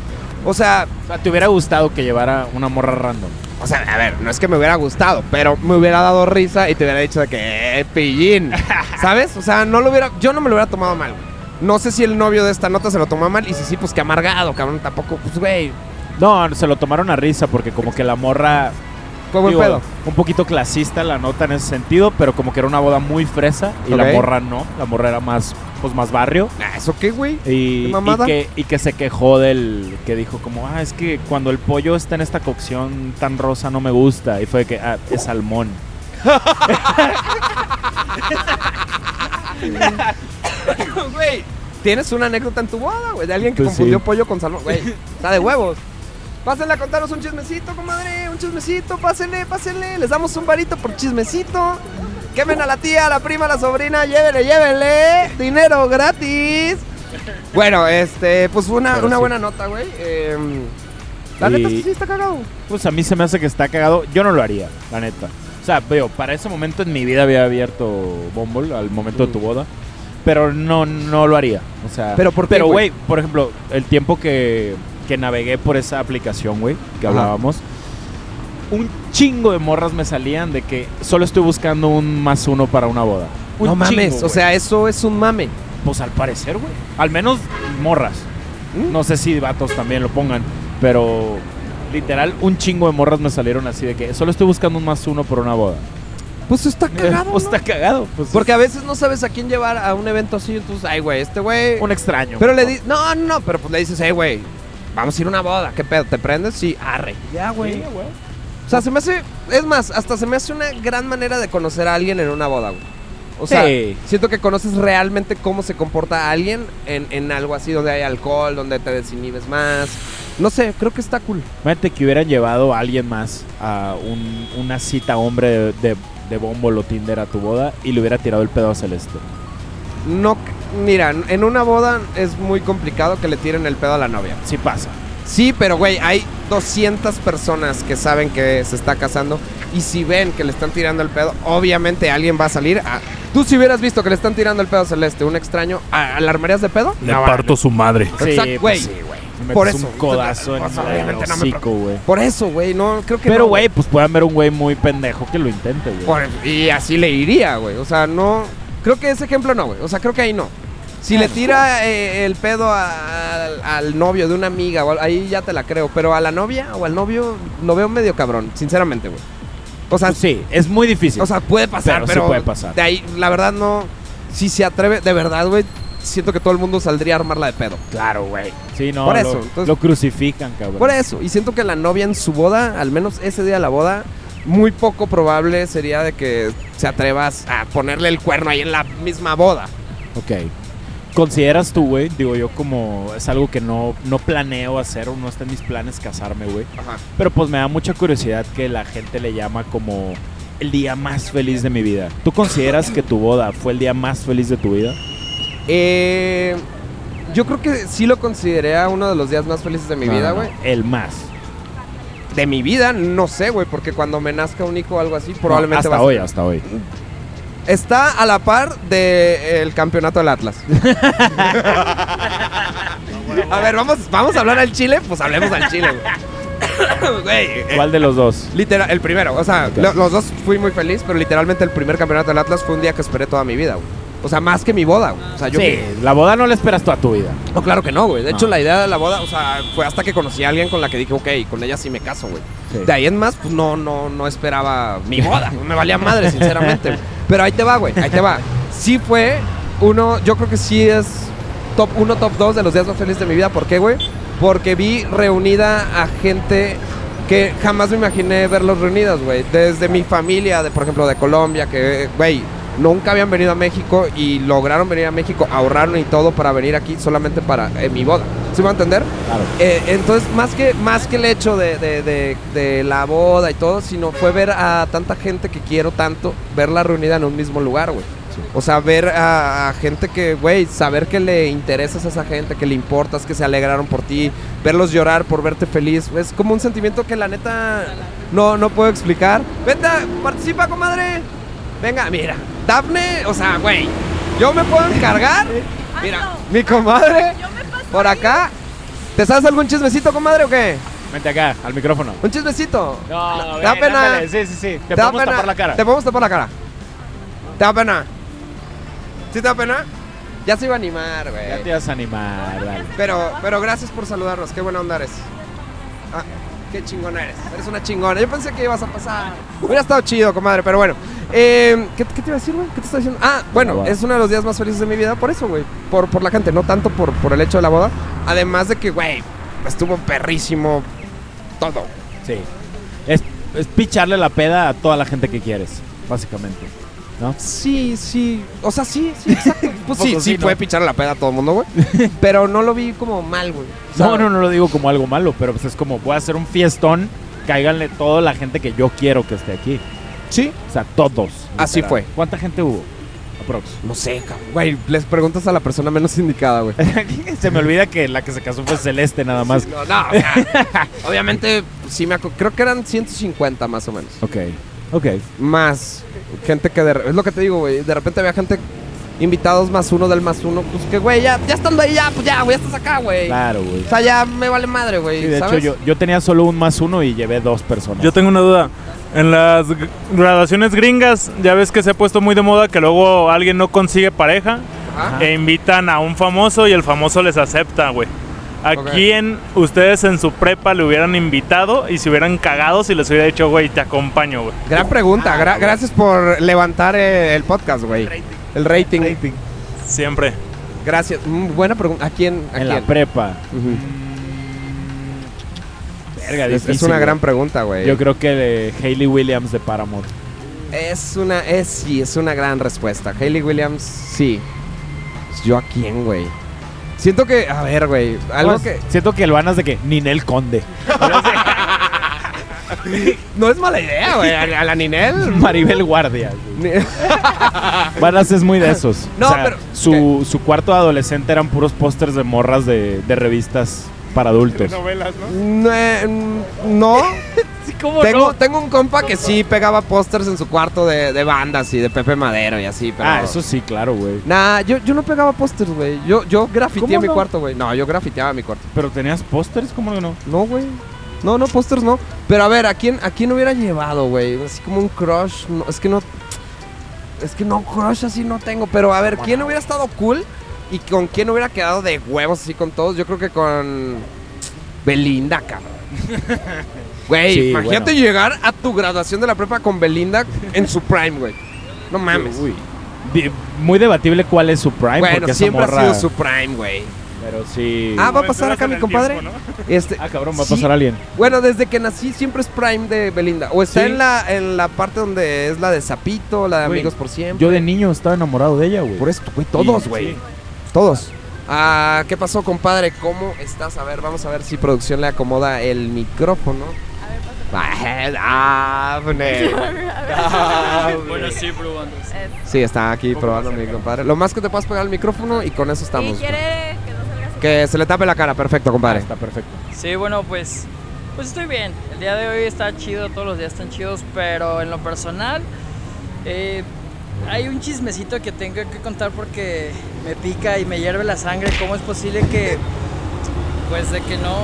Speaker 1: O sea,
Speaker 3: O sea, te hubiera gustado que llevara una morra random.
Speaker 1: o sea, a ver, no es que me hubiera gustado, pero me hubiera dado risa y te hubiera dicho de que, eh, pillín. ¿Sabes? O sea, no lo hubiera, yo no me lo hubiera tomado mal, güey. No sé si el novio de esta nota se lo tomó mal y si sí, pues que amargado, cabrón, tampoco, pues güey,
Speaker 3: No, se lo tomaron a risa porque como que la morra
Speaker 1: fue buen
Speaker 3: Digo,
Speaker 1: pedo.
Speaker 3: Un poquito clasista la nota en ese sentido, pero como que era una boda muy fresa y
Speaker 1: Ok.
Speaker 3: la morra no. La morra era más pues más barrio.
Speaker 1: Ah, ¿Eso qué, güey?
Speaker 3: Y,
Speaker 1: ¿Qué
Speaker 3: y
Speaker 1: mamada?
Speaker 3: que, y que se quejó del que dijo como, ah, es que cuando el pollo está en esta cocción tan rosa no me gusta. Y fue que, ah, es salmón.
Speaker 1: Güey, tienes una anécdota en tu boda, güey, de alguien que
Speaker 3: Pues
Speaker 1: confundió
Speaker 3: sí.
Speaker 1: pollo con salmón, güey. Está de huevos. Pásenle a contarnos un chismecito, comadre, un chismecito, pásenle, pásenle. Les damos un varito por chismecito. Quemen a la tía, a la prima, a la sobrina, llévenle, llévenle. Dinero gratis. Bueno, este, pues una,
Speaker 3: Pero
Speaker 1: una
Speaker 3: sí.
Speaker 1: buena nota, güey. Em, la neta es que
Speaker 3: Y-
Speaker 1: sí está cagado.
Speaker 3: Pues a mí se me hace que está cagado. Yo no lo haría, la neta. O sea, veo, para ese momento en mi vida había abierto Bumble, al momento de tu boda. Pero no, no lo haría. O sea,
Speaker 1: Mm. ¿Pero por qué,
Speaker 3: Pero,
Speaker 1: güey?
Speaker 3: güey, por ejemplo, el tiempo que, que navegué por esa aplicación, güey, que
Speaker 1: Ajá.
Speaker 3: hablábamos, un chingo de morras me salían de que solo estoy buscando un más uno para una boda. Un
Speaker 1: no mames,
Speaker 3: chingo,
Speaker 1: o
Speaker 3: güey.
Speaker 1: sea, eso es un mame.
Speaker 3: Pues al parecer, güey. Al menos morras.
Speaker 1: ¿Mm?
Speaker 3: No sé si vatos también lo pongan, pero literal un chingo de morras me salieron así de que solo estoy buscando un más uno por una boda.
Speaker 1: Pues está cagado.
Speaker 3: Pues
Speaker 1: ¿no?
Speaker 3: está cagado. Pues
Speaker 1: Porque a veces no sabes a quién llevar a un evento así, entonces, ay, güey, este güey.
Speaker 3: es un extraño.
Speaker 1: Pero le dices, no, no, no, pero pues le dices, hey, güey, vamos a ir a una boda, ¿qué pedo? ¿Te prendes? Sí, arre. Ya,
Speaker 3: Sí,
Speaker 1: güey. O sea, se me hace, es más, hasta se me hace una gran manera de conocer a alguien en una boda, güey. O sea,
Speaker 3: Sí.
Speaker 1: siento que conoces realmente cómo se comporta alguien en, en algo así, donde hay alcohol, donde te desinhibes más. No sé, creo que está cool.
Speaker 3: Imagínate que hubieran llevado a alguien más a un- una cita hombre de, de, de Bumble o Tinder a tu boda y le hubiera tirado el pedo a Celeste.
Speaker 1: No, c- mira, en una boda es muy complicado que le tiren el pedo a la novia.
Speaker 3: Sí pasa.
Speaker 1: Sí, pero güey, hay 200 personas que saben que se está casando y si ven que le están tirando el pedo, obviamente alguien va a salir. a- Tú si hubieras visto que le están tirando el pedo a Celeste, un extraño, ¿a- ¿alarmarías de pedo?
Speaker 4: Le parto su madre.
Speaker 1: Exacto,
Speaker 3: sí,
Speaker 1: güey.
Speaker 3: pues sí, güey. Me
Speaker 1: Por
Speaker 3: metes
Speaker 1: eso.
Speaker 3: Un codazo en
Speaker 1: Pues,
Speaker 3: el
Speaker 1: obviamente no me
Speaker 3: hocico, güey.
Speaker 1: Por eso, güey, no creo que
Speaker 3: Pero,
Speaker 1: no,
Speaker 3: güey, pues puede haber un güey muy pendejo que lo intente, güey.
Speaker 1: Por- y así le iría, güey. O sea, no. Creo que ese ejemplo no, güey. O sea, creo que ahí no. Si le tira eh, el pedo a- al, al novio de una amiga, o al- ahí ya te la creo. Pero a la novia o al novio lo veo medio cabrón, sinceramente, güey. O sea,
Speaker 3: Pues sí, es muy difícil.
Speaker 1: O sea, puede pasar, pero,
Speaker 3: Pero sí puede pasar.
Speaker 1: De ahí, la verdad, no. Si se atreve, de verdad, güey, siento que todo el mundo saldría a armarla de pedo.
Speaker 3: claro, güey. Sí, no,
Speaker 1: Por
Speaker 3: lo,
Speaker 1: eso, entonces-
Speaker 3: lo crucifican, cabrón.
Speaker 1: Por eso. Y siento que la novia en su boda, al menos ese día de la boda, muy poco probable sería de que se atrevas a ponerle el cuerno ahí en la misma boda.
Speaker 3: Ok. ¿Consideras tú, güey? Digo, yo como es algo que no, no planeo hacer o no está en mis planes casarme, güey.
Speaker 1: Ajá.
Speaker 3: Pero pues me da mucha curiosidad que la gente le llama como el día más feliz de mi vida. ¿Tú consideras que tu boda fue el día más feliz de tu vida?
Speaker 1: Eh, yo creo que sí lo consideré a uno de los días más felices de mi
Speaker 3: No,
Speaker 1: vida,
Speaker 3: no,
Speaker 1: güey.
Speaker 3: no, El más.
Speaker 1: De mi vida, no sé, güey, porque cuando me nazca un hijo o algo así, probablemente
Speaker 3: Hasta
Speaker 1: va a ser-
Speaker 3: hoy, hasta hoy.
Speaker 1: Está a la par del campeonato del Atlas. a ver, vamos, vamos a hablar al Chile, pues hablemos al Chile, güey. Güey. eh,
Speaker 3: ¿Cuál de los dos?
Speaker 1: Literal, el primero, o sea,
Speaker 3: Ok.
Speaker 1: lo- los dos fui muy feliz, pero literalmente el primer campeonato del Atlas fue un día que esperé toda mi vida, güey. O sea, más que mi boda, güey. O sea, yo
Speaker 3: Sí, la boda no la esperas toda tu vida.
Speaker 1: no, claro que no, güey. De
Speaker 3: No.
Speaker 1: hecho, la idea de la boda, o sea, fue hasta que conocí a alguien con la que dije, ok, con ella sí me caso, güey.
Speaker 3: Sí.
Speaker 1: De ahí en más, pues no, no, no esperaba mi boda. Me valía madre, sinceramente. güey. Pero ahí te va, güey. Ahí te va. Sí fue uno, yo creo que sí es top 1, top 2 de los días más felices de mi vida. ¿Por qué, güey? Porque vi reunida a gente que jamás me imaginé verlos reunidas, güey. Desde mi familia, de, por ejemplo, de Colombia, que, güey, nunca habían venido a México y lograron venir a México, ahorraron y todo para venir aquí solamente para eh, mi boda. ¿Sí me va a entender?
Speaker 3: Claro.
Speaker 1: Eh, entonces, más que, más que el hecho de, de- de- de la boda y todo, sino fue ver a tanta gente que quiero tanto, verla reunida en un mismo lugar, güey. O sea, ver a, a gente que, güey, saber que le interesas a esa gente, que le importas, que se alegraron por ti, verlos llorar por verte feliz, es como un sentimiento que la neta no, no puedo explicar. Venta, participa, comadre. Venga, mira, Dafne, o sea, güey, yo me puedo encargar. Mira, mi comadre,
Speaker 8: Ah, Yo me paso
Speaker 1: por acá. ¿Te sabes algún chismecito, comadre, o qué?
Speaker 3: Vente acá, al micrófono.
Speaker 1: ¿Un chismecito?
Speaker 3: No,
Speaker 1: da pena.
Speaker 3: Sí, sí, sí. Te,
Speaker 1: da
Speaker 3: podemos
Speaker 1: pena-
Speaker 3: tapar la cara.
Speaker 1: Te podemos tapar la cara. ¿Te da pena? ¿Sí te da pena? Ya se iba a animar,
Speaker 3: Ya
Speaker 1: güey.
Speaker 3: te vas a animar, dale.
Speaker 1: Pero, pero gracias por saludarnos, qué buena onda eres. Ah, Qué chingona eres. Eres una chingona. Yo pensé que ibas a pasar. Hubiera estado chido, comadre, pero bueno. Eh, ¿qué, qué te iba a decir, güey? ¿Qué te estaba diciendo? Ah, bueno,
Speaker 3: boda.
Speaker 1: es uno de los días más felices de mi vida por eso, güey. Por, por la gente, no tanto por, por el hecho de la boda. Además de que, güey, estuvo perrísimo todo.
Speaker 3: Sí. Es, es picharle la peda a toda la gente que quieres, básicamente. ¿No?
Speaker 1: Sí, sí. O sea, sí, sí, exacto. Pues sí, sí,
Speaker 3: Poco sí, ¿no?
Speaker 1: puede pichar la peda a todo el mundo, güey. Pero no lo vi como mal, güey. O sea,
Speaker 3: No, no, no lo digo como algo malo, pero pues es como voy a hacer un fiestón, cáiganle toda la gente que yo quiero que esté aquí.
Speaker 1: Sí,
Speaker 3: O sea, todos.
Speaker 1: Así fue.
Speaker 3: ¿Cuánta gente hubo? Aprox.
Speaker 1: no sé, cabrón. Güey, les preguntas a la persona menos indicada, güey.
Speaker 3: se me olvida que la que se casó fue Celeste nada más.
Speaker 1: No, no, o sea, obviamente sí me acu- creo que eran 150 más o menos.
Speaker 3: Ok, ok.
Speaker 1: Más gente que de re- es lo que te digo, güey, de repente había gente invitados más uno del más uno, pues que güey, ya ya estando ahí ya, pues ya, güey, ya estás acá, güey.
Speaker 3: Claro, güey.
Speaker 1: O sea, ya me vale madre, güey,
Speaker 3: Sí, de
Speaker 1: ¿sabes?
Speaker 3: hecho, yo, yo tenía solo un más uno y llevé dos personas.
Speaker 4: Yo tengo una duda. En las gr- graduaciones gringas, ya ves que se ha puesto muy de moda que luego alguien no consigue pareja
Speaker 1: Ajá.
Speaker 4: e invitan a un famoso y el famoso les acepta, güey. ¿A
Speaker 1: Ok.
Speaker 4: quién ustedes en su prepa le hubieran invitado y se hubieran cagado si les hubiera dicho, güey, te acompaño, güey?
Speaker 1: Gran pregunta, gra- gracias por levantar eh, Ah, el podcast, güey. El rating.
Speaker 4: Siempre.
Speaker 1: Gracias. Mm, buena pregunta. ¿A quién? ¿A
Speaker 3: en la mm,
Speaker 1: quién?
Speaker 3: prepa.
Speaker 1: Ujú.
Speaker 3: Verga,
Speaker 1: es, es
Speaker 3: difícil,
Speaker 1: una
Speaker 3: güey.
Speaker 1: gran pregunta, güey.
Speaker 3: Yo creo que de Hayley Williams de Paramore.
Speaker 1: Es una, es sí, es una gran respuesta. Hayley Williams, sí. Pues, ¿Yo a quién, güey? Siento que, a ver, güey, algo
Speaker 3: Pues,
Speaker 1: que...
Speaker 3: Siento que el van es de que Ninel Conde.
Speaker 1: No es mala idea, güey, a, a la Ninel.
Speaker 3: Maribel Guardia.
Speaker 1: Ni-
Speaker 3: Vanas es muy de esos.
Speaker 1: No,
Speaker 3: O sea,
Speaker 1: pero-
Speaker 3: Su, su cuarto de adolescente eran puros pósters de morras de, de revistas para adultos.
Speaker 1: no, eh, no. tengo, tengo un compa que sí pegaba pósters en su cuarto de, de bandas y de Pepe Madero y así, pero...
Speaker 3: Ah, eso sí, claro, güey.
Speaker 1: Nah, yo, yo no pegaba pósters, güey. Yo, yo grafiteé
Speaker 3: ¿Cómo
Speaker 1: mi
Speaker 3: no?
Speaker 1: cuarto, güey. No, yo grafiteaba mi cuarto.
Speaker 3: Pero tenías pósters, ¿cómo que no?
Speaker 1: No, güey. No, no, pósters no. Pero a ver, ¿a quién, ¿a quién hubiera llevado, güey? Así como un crush. no, es que no. Es que no, crush así no tengo. Pero a ver, ¿quién hubiera estado cool? ¿Y con quién hubiera quedado de huevos así con todos? Yo creo que con. Belinda, cabrón. Güey,
Speaker 3: Sí,
Speaker 1: imagínate
Speaker 3: bueno.
Speaker 1: llegar a tu graduación de la prepa con Belinda en su prime, güey. No mames.
Speaker 3: Uy. Di- Muy debatible cuál es su prime,
Speaker 1: bueno,
Speaker 3: porque esa
Speaker 1: siempre
Speaker 3: morra.
Speaker 1: ha sido su prime, güey.
Speaker 3: Pero sí.
Speaker 1: Ah, va a
Speaker 4: Aventuras
Speaker 1: pasar acá
Speaker 4: en
Speaker 1: mi
Speaker 4: el
Speaker 1: compadre.
Speaker 4: tiempo, ¿no?
Speaker 1: Este,
Speaker 3: Ah, cabrón, va a
Speaker 1: sí,
Speaker 3: pasar alguien.
Speaker 1: Bueno, desde que nací siempre es Prime de Belinda. O está
Speaker 3: Sí.
Speaker 1: en la en la parte donde es la de Zapito, la de
Speaker 3: Güey,
Speaker 1: Amigos por Siempre.
Speaker 3: Yo de niño estaba enamorado de ella, güey.
Speaker 1: Por eso, güey, todos,
Speaker 3: Sí,
Speaker 1: güey.
Speaker 3: sí.
Speaker 1: Todos. Ah, ¿qué pasó, compadre? ¿Cómo estás? A ver, vamos a ver si producción le acomoda el micrófono. Ah, Dafne. Dafne.
Speaker 9: sí, probando.
Speaker 1: Sí, está aquí probando mi compadre. Lo más que te puedas pegar el micrófono y con eso
Speaker 9: ¿Y
Speaker 1: estamos.
Speaker 9: quiere que no salga así?
Speaker 1: Que se le tape la cara, perfecto, compadre.
Speaker 3: Está perfecto.
Speaker 9: Sí, bueno, pues, pues estoy bien. El día de hoy está chido, todos los días están chidos, pero en lo personal eh, hay un chismecito que tengo que contar porque me pica y me hierve la sangre. ¿Cómo es posible que, pues, de que no,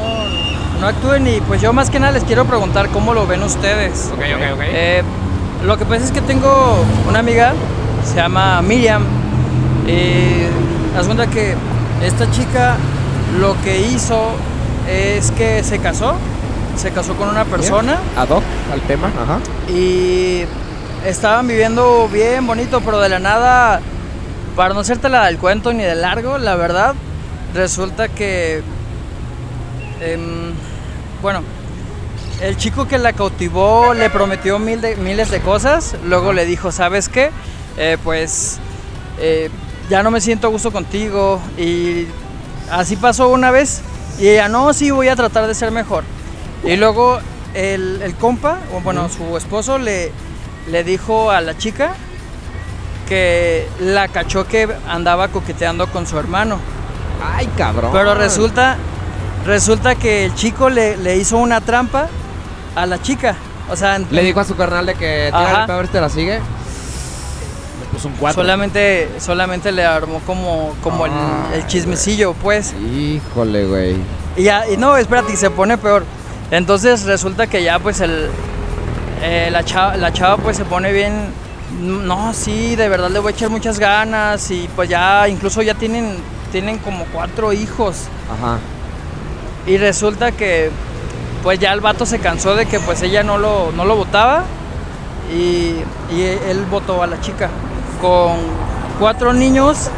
Speaker 9: no actúen? Y pues yo más que nada les quiero preguntar cómo lo ven ustedes.
Speaker 1: Ok, ok, ok.
Speaker 9: Eh, lo que pasa es que tengo una amiga, se llama Miriam. Eh, haz cuenta que esta chica lo que hizo es que se casó, se casó con una persona
Speaker 1: Ad hoc al tema, ajá.
Speaker 9: y estaban viviendo bien bonito, pero de la nada, para no hacerte la del cuento ni de largo, la verdad, resulta que, em, bueno, el chico que la cautivó le prometió mil de- miles de cosas, luego le dijo, ¿sabes qué? Eh, pues eh, ya no me siento a gusto contigo y así pasó una vez y ella, no, sí, voy a tratar de ser mejor. Y luego el, el compa, o bueno, su esposo le, le dijo a la chica que la cachó que andaba coqueteando con su hermano.
Speaker 1: Ay, cabrón.
Speaker 9: Pero resulta, resulta que el chico le, le hizo una trampa a la chica. O sea, en-
Speaker 1: Le dijo a su carnal de que tira
Speaker 9: Ajá.
Speaker 1: el peor te la sigue.
Speaker 3: Me puso Pues un cuatro.
Speaker 9: solamente, solamente le armó como, como el, el chismecillo, pues.
Speaker 1: Híjole, güey.
Speaker 9: Y ya, y no, espérate, y se pone peor. Entonces resulta que ya pues el eh, la, chava, la chava pues se pone bien. No, sí, de verdad le voy a echar muchas ganas. Y pues ya, incluso ya tienen, tienen como cuatro hijos.
Speaker 1: Ajá.
Speaker 9: Y resulta que pues ya el vato se cansó de que pues ella no lo, no lo votaba y, y él votó a la chica. Con cuatro niños,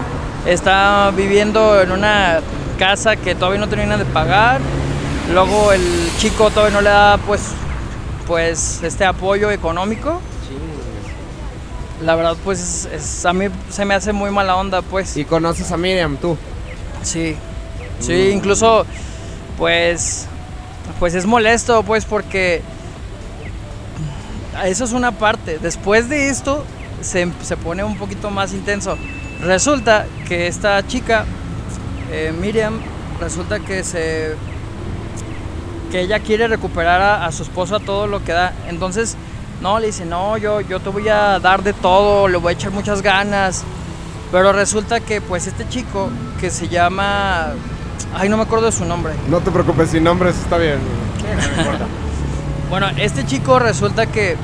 Speaker 9: está viviendo en una casa que todavía no termina de pagar. Luego el chico todavía no le da pues, pues este apoyo económico. La verdad pues es- a mí se me hace muy mala onda pues.
Speaker 1: Y conoces a Miriam, tú.
Speaker 9: Sí, sí, incluso pues, pues es molesto, pues porque eso es una parte. Después de esto se, se pone un poquito más intenso. Resulta que esta chica, eh, Miriam, resulta que se que ella quiere recuperar a, a su esposo a todo lo que da. Entonces, no, le dice, no, yo, yo te voy a dar de todo, le voy a echar muchas ganas. Pero resulta que pues este chico que se llama... Ay, no me acuerdo de su nombre.
Speaker 1: No te preocupes, sin nombres está bien.
Speaker 9: Bueno, este chico resulta que,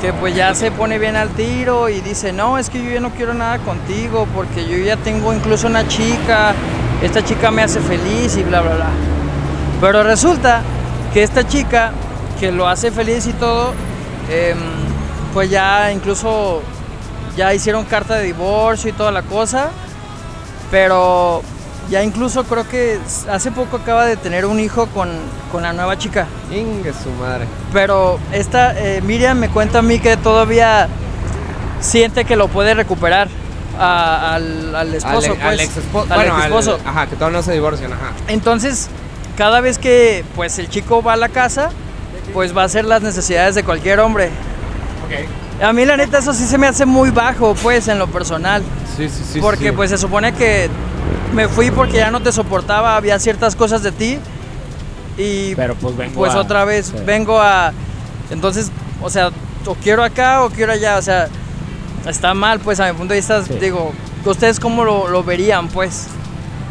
Speaker 9: que pues ya se pone bien al tiro y dice, no, es que yo ya no quiero nada contigo porque yo ya tengo incluso una chica, esta chica me hace feliz y bla, bla, bla. Pero resulta que esta chica que lo hace feliz y todo, em, pues ya incluso ya hicieron carta de divorcio y toda la cosa, pero ya incluso creo que hace poco acaba de tener un hijo con, con la nueva chica.
Speaker 1: Ingue su madre.
Speaker 9: Pero esta eh, Miriam me cuenta a mí que todavía siente que lo puede recuperar a- al, al esposo.
Speaker 1: Ale-
Speaker 9: pues,
Speaker 1: al ex esposo.
Speaker 9: al
Speaker 1: Bueno, al-
Speaker 9: exesposo.
Speaker 1: ajá, que todavía no se divorcian, ajá.
Speaker 9: Entonces, cada vez que pues el chico va a la casa, pues va a hacer las necesidades de cualquier hombre. A mí la neta eso sí se me hace muy bajo, pues, en lo personal.
Speaker 1: Sí, sí, sí.
Speaker 9: porque pues se supone que me fui porque ya no te soportaba, había ciertas cosas de ti. Y
Speaker 3: Pero pues vengo
Speaker 9: pues
Speaker 3: a-
Speaker 9: otra vez
Speaker 3: sí.
Speaker 9: vengo a entonces o sea o quiero acá o quiero allá o sea está mal pues a mi punto de vista
Speaker 3: Sí.
Speaker 9: digo ustedes cómo lo, lo verían pues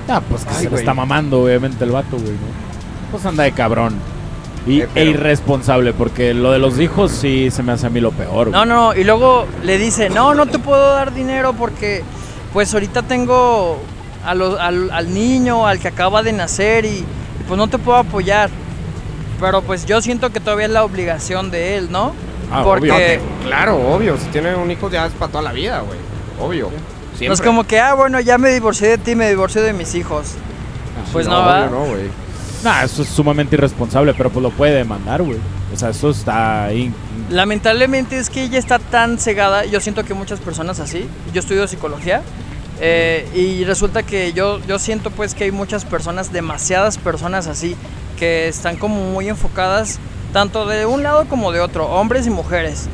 Speaker 3: Ah, pues que
Speaker 1: Ay,
Speaker 3: se lo
Speaker 1: güey.
Speaker 3: está mamando, obviamente, el vato, güey, ¿no? Pues anda de cabrón. Y,
Speaker 1: Eh, pero-
Speaker 3: E irresponsable, porque lo de los hijos sí se me hace a mí lo peor.
Speaker 9: no
Speaker 3: güey.
Speaker 9: no y luego le dice no no te puedo dar dinero porque pues ahorita tengo a los- al, al niño al que acaba de nacer y, y, pues no te puedo apoyar pero pues yo siento que todavía es la obligación de él pues, no
Speaker 3: Ah,
Speaker 9: porque
Speaker 3: obvio. Eh,
Speaker 1: claro, obvio. Si tiene un hijo ya es para toda la vida, güey. Obvio. Siempre.
Speaker 9: no es como que ah bueno ya me divorcié de ti me divorcié de mis hijos pues no, va
Speaker 1: Ah, obvio no, güey.
Speaker 3: Nah, eso es sumamente irresponsable, pero pues lo puede demandar, güey. O sea, eso está ahí.
Speaker 9: Lamentablemente es que ella está tan cegada, yo siento que muchas personas así, yo estudio psicología eh, y resulta que yo, yo siento pues que hay muchas personas, demasiadas personas así, que están como muy enfocadas tanto de un lado como de otro, hombres y mujeres,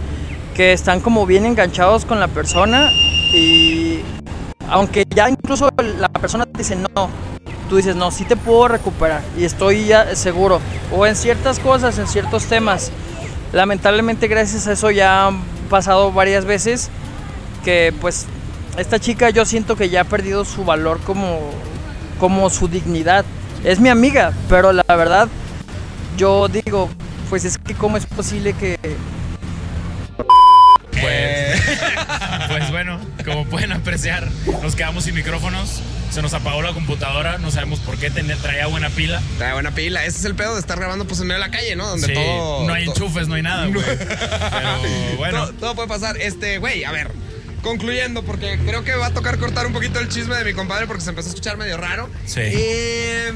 Speaker 9: que están como bien enganchados con la persona y aunque ya incluso la persona te dice no, tú dices no, sí te puedo recuperar y estoy ya seguro, o en ciertas cosas, en ciertos temas. Lamentablemente gracias a eso ya han pasado varias veces que pues esta chica yo siento que ya ha perdido su valor como, como su dignidad. Es mi amiga, pero la verdad yo digo, pues es que cómo es posible que...
Speaker 1: Eh.
Speaker 10: Pues bueno, como pueden apreciar, nos quedamos sin micrófonos. Se nos apagó la computadora, no sabemos por qué tenía, traía buena pila.
Speaker 1: Trae buena pila. Ese es el pedo de estar grabando pues en medio de la calle, ¿no? Donde
Speaker 10: Sí,
Speaker 1: todo.
Speaker 10: no hay
Speaker 1: to-
Speaker 10: enchufes, no hay nada, güey. Pero Eh, bueno,
Speaker 1: Todo, todo puede pasar. Este, güey, a ver. Concluyendo, porque creo que va a tocar cortar un poquito el chisme de mi compadre porque se empezó a escuchar medio raro.
Speaker 10: Sí.
Speaker 1: Eh,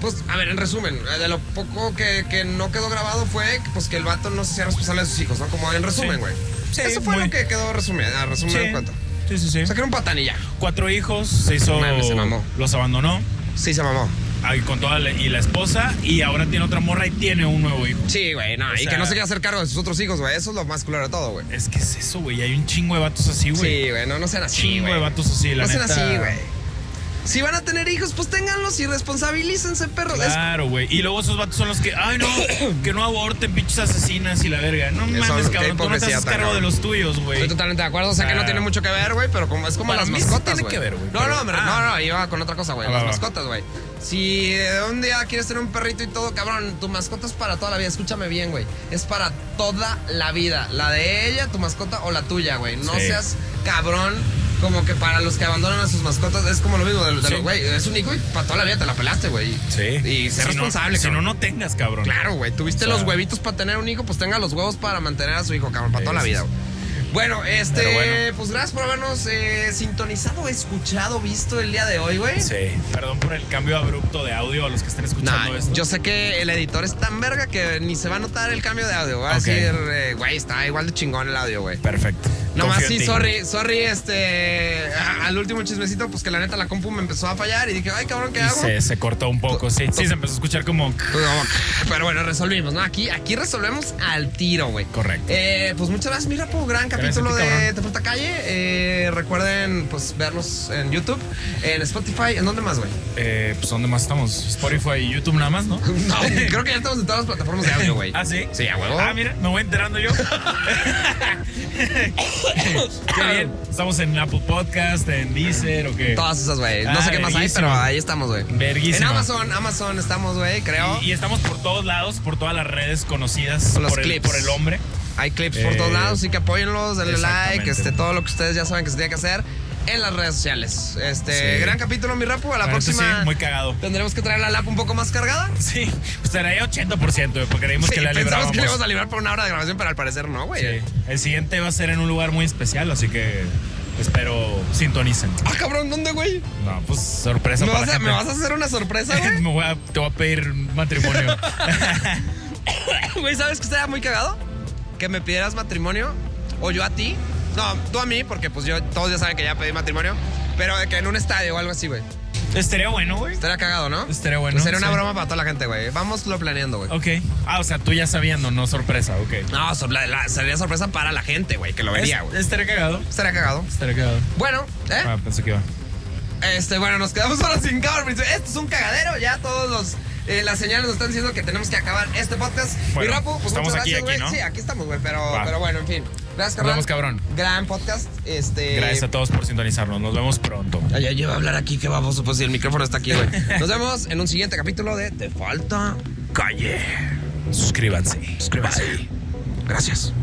Speaker 1: pues, a ver, en resumen, de lo poco que, que no quedó grabado fue pues, que el vato no se sea responsable de sus hijos, ¿no? Como en resumen,
Speaker 10: Sí.
Speaker 1: güey.
Speaker 10: Sí,
Speaker 1: Eso fue
Speaker 10: muy-
Speaker 1: lo que quedó resumido, a resumen en cuanto.
Speaker 10: sí, sí, sí.
Speaker 1: O sea, que era un patán y ya.
Speaker 10: Cuatro hijos, se hizo.
Speaker 1: Mames, se mamó.
Speaker 10: Los abandonó.
Speaker 1: Sí, se mamó.
Speaker 10: ahí con toda la- y la esposa, y ahora tiene otra morra y tiene un nuevo hijo.
Speaker 1: Sí, güey, no.
Speaker 10: O
Speaker 1: y
Speaker 10: sea-
Speaker 1: que no se quiera hacer cargo de sus otros hijos, güey. Eso es lo más culero de todo, güey.
Speaker 10: Es que es eso, güey. Hay un chingo de vatos así, güey.
Speaker 1: Sí, güey, no, no sean así,
Speaker 10: chingo
Speaker 1: güey.
Speaker 10: de vatos así, la
Speaker 1: No sean
Speaker 10: neta.
Speaker 1: así, güey. Si van a tener hijos, pues ténganlos y responsabilícense, perros. Es-
Speaker 10: Claro, güey. Y luego esos vatos son los que, ay, no, que no aborten, pinches asesinas y la verga. No
Speaker 1: Eso,
Speaker 10: mames, cabrón.
Speaker 1: qué
Speaker 10: Tú no te
Speaker 1: hipocresía
Speaker 10: haces
Speaker 1: tan
Speaker 10: cargo de
Speaker 1: cabrón.
Speaker 10: los tuyos, güey.
Speaker 1: Estoy totalmente de acuerdo, o sea que no
Speaker 10: Ah.
Speaker 1: tiene mucho que ver, güey, pero como es como
Speaker 10: Para
Speaker 1: las
Speaker 10: mí sí
Speaker 1: mascotas,
Speaker 10: tiene
Speaker 1: güey.
Speaker 10: que ver, güey,
Speaker 1: No,
Speaker 10: pero-
Speaker 1: no, me-
Speaker 10: Ah.
Speaker 1: no, no, iba con otra cosa, güey,
Speaker 10: Ah,
Speaker 1: las
Speaker 10: va, va.
Speaker 1: mascotas, güey. Si eh, un día quieres tener un perrito y todo, cabrón, tu mascota es para toda la vida, escúchame bien, güey. Es para toda la vida, la de ella, tu mascota o la tuya, güey. No
Speaker 10: Sí.
Speaker 1: seas cabrón como que para los que abandonan a sus mascotas es como lo mismo de, de
Speaker 3: Sí.
Speaker 1: los güey. Es un hijo y para toda la vida te la pelaste, güey.
Speaker 3: Sí.
Speaker 1: Y ser
Speaker 3: Si no-
Speaker 1: responsable,
Speaker 3: si no,
Speaker 1: cabrón.
Speaker 3: no tengas, cabrón.
Speaker 1: Claro, güey. Tuviste
Speaker 3: O sea-
Speaker 1: los huevitos para tener un hijo, pues tenga los huevos para mantener a su hijo, cabrón, para toda la
Speaker 3: Eso es.
Speaker 1: vida, güey. Bueno, este,
Speaker 3: Pero bueno.
Speaker 1: pues gracias por habernos eh, sintonizado, escuchado, visto el día de hoy, güey.
Speaker 3: Sí. Perdón por el cambio abrupto de audio a los que estén
Speaker 1: Nah,
Speaker 3: escuchando esto.
Speaker 1: yo sé que el editor es tan verga que ni se va a notar el cambio de audio. Va a
Speaker 3: Ok.
Speaker 1: decir, eh, güey, está igual de chingón el audio, güey.
Speaker 3: Perfecto.
Speaker 1: Nomás
Speaker 3: Confío en
Speaker 1: sí,
Speaker 3: ti.
Speaker 1: sorry, sorry, este. a- al último chismecito, pues que la neta la compu me empezó a fallar y dije, ay cabrón, ¿qué
Speaker 3: Y
Speaker 1: hago?
Speaker 3: se, se cortó un poco, sí. Sí, se empezó a escuchar como.
Speaker 1: Pues, vamos, Pero bueno, resolvimos, ¿no? Aquí, aquí resolvemos al tiro, güey.
Speaker 3: Correcto.
Speaker 1: Eh, pues muchas gracias, mira, po, gran
Speaker 3: Gracias a ti,
Speaker 1: capítulo de
Speaker 3: cabrón.
Speaker 1: Te Falta Calle. Eh, recuerden, pues, vernos en YouTube, en Spotify, ¿en dónde más, güey?
Speaker 3: Eh, pues, ¿dónde más estamos? Spotify y YouTube nada más, ¿no?
Speaker 1: No, creo que ya estamos en todas las plataformas de audio, güey.
Speaker 3: ¿Ah, sí?
Speaker 1: Sí, a huevo.
Speaker 3: Ah, mira, me voy enterando yo. Qué bien. Estamos en Apple Podcast, en Deezer o qué.
Speaker 1: Todas esas, güey. No sé
Speaker 3: Ah,
Speaker 1: qué más hay,
Speaker 3: verguísima.
Speaker 1: pero ahí estamos, güey. En
Speaker 3: Verguísima.
Speaker 1: Amazon, Amazon estamos, güey, creo.
Speaker 3: Y, y estamos por todos lados, por todas las redes conocidas
Speaker 1: Con los
Speaker 3: por, el,
Speaker 1: clips.
Speaker 3: por el hombre.
Speaker 1: Hay clips por
Speaker 3: Eh,
Speaker 1: todos lados, así que apóyenlos, denle like,
Speaker 3: exactamente.
Speaker 1: este, todo lo que ustedes ya saben que se tiene que hacer en las redes sociales. Este,
Speaker 3: Sí.
Speaker 1: gran capítulo, mi rapo. A la
Speaker 3: La neta,
Speaker 1: próxima
Speaker 3: Sí, muy cagado.
Speaker 1: tendremos que traer la lap un poco más cargada.
Speaker 3: Sí, pues estaría 80%, güey, porque creímos
Speaker 1: Sí,
Speaker 3: que la
Speaker 1: pensamos
Speaker 3: librábamos.
Speaker 1: que le íbamos a librar por una hora de grabación, pero al parecer no, güey.
Speaker 3: Sí. El siguiente va a ser en un lugar muy especial, así que espero sintonicen.
Speaker 1: Ah, cabrón, ¿dónde, güey?
Speaker 3: No, pues sorpresa
Speaker 1: ¿Me,
Speaker 3: para
Speaker 1: vas
Speaker 3: la
Speaker 1: a-
Speaker 3: gente.
Speaker 1: me vas a hacer una sorpresa, güey?
Speaker 3: Me voy a- te voy a pedir matrimonio.
Speaker 1: Güey, ¿sabes que estaría muy cagado? Que me pidieras matrimonio, o yo a ti. No, tú a mí, porque pues yo, todos ya saben que ya pedí matrimonio. Pero de que en un estadio o algo así, güey.
Speaker 3: Estaría bueno, güey.
Speaker 1: Estaría cagado, ¿no?
Speaker 3: Estaría bueno,
Speaker 1: Sería una
Speaker 3: sí.
Speaker 1: broma para toda la gente, güey. Vamos lo planeando, güey.
Speaker 3: Ok. Ah, o sea, tú ya sabiendo, no sorpresa, ok.
Speaker 1: No, so- la- la- sería sorpresa para la gente, güey, que lo vería,
Speaker 3: Es-
Speaker 1: güey.
Speaker 3: Estaría cagado.
Speaker 1: Estaría cagado.
Speaker 3: Estaría cagado.
Speaker 1: Bueno, ¿eh?
Speaker 3: Ah, pensé que iba.
Speaker 1: Este, bueno, nos quedamos ahora sin cámara. pero Esto es un cagadero. Ya todos los... eh, las señales nos están diciendo que tenemos que acabar este podcast.
Speaker 3: Bueno,
Speaker 1: y Rapu, pues
Speaker 3: estamos
Speaker 1: muchas
Speaker 3: aquí,
Speaker 1: gracias, güey.
Speaker 3: aquí, ¿no?
Speaker 1: Sí, aquí estamos, güey. Pero,
Speaker 3: Va.
Speaker 1: pero bueno, en fin. Gracias,
Speaker 3: Nos
Speaker 1: cabrón.
Speaker 3: vemos, cabrón.
Speaker 1: Gran podcast. Este.
Speaker 3: Gracias a todos por sintonizarnos. Nos vemos pronto.
Speaker 1: Ay, ay, lleva a hablar aquí, qué baboso. Pues si el micrófono está aquí, güey. Nos vemos en un siguiente capítulo de Te Falta Calle.
Speaker 3: Suscríbanse.
Speaker 1: Suscríbase. Gracias.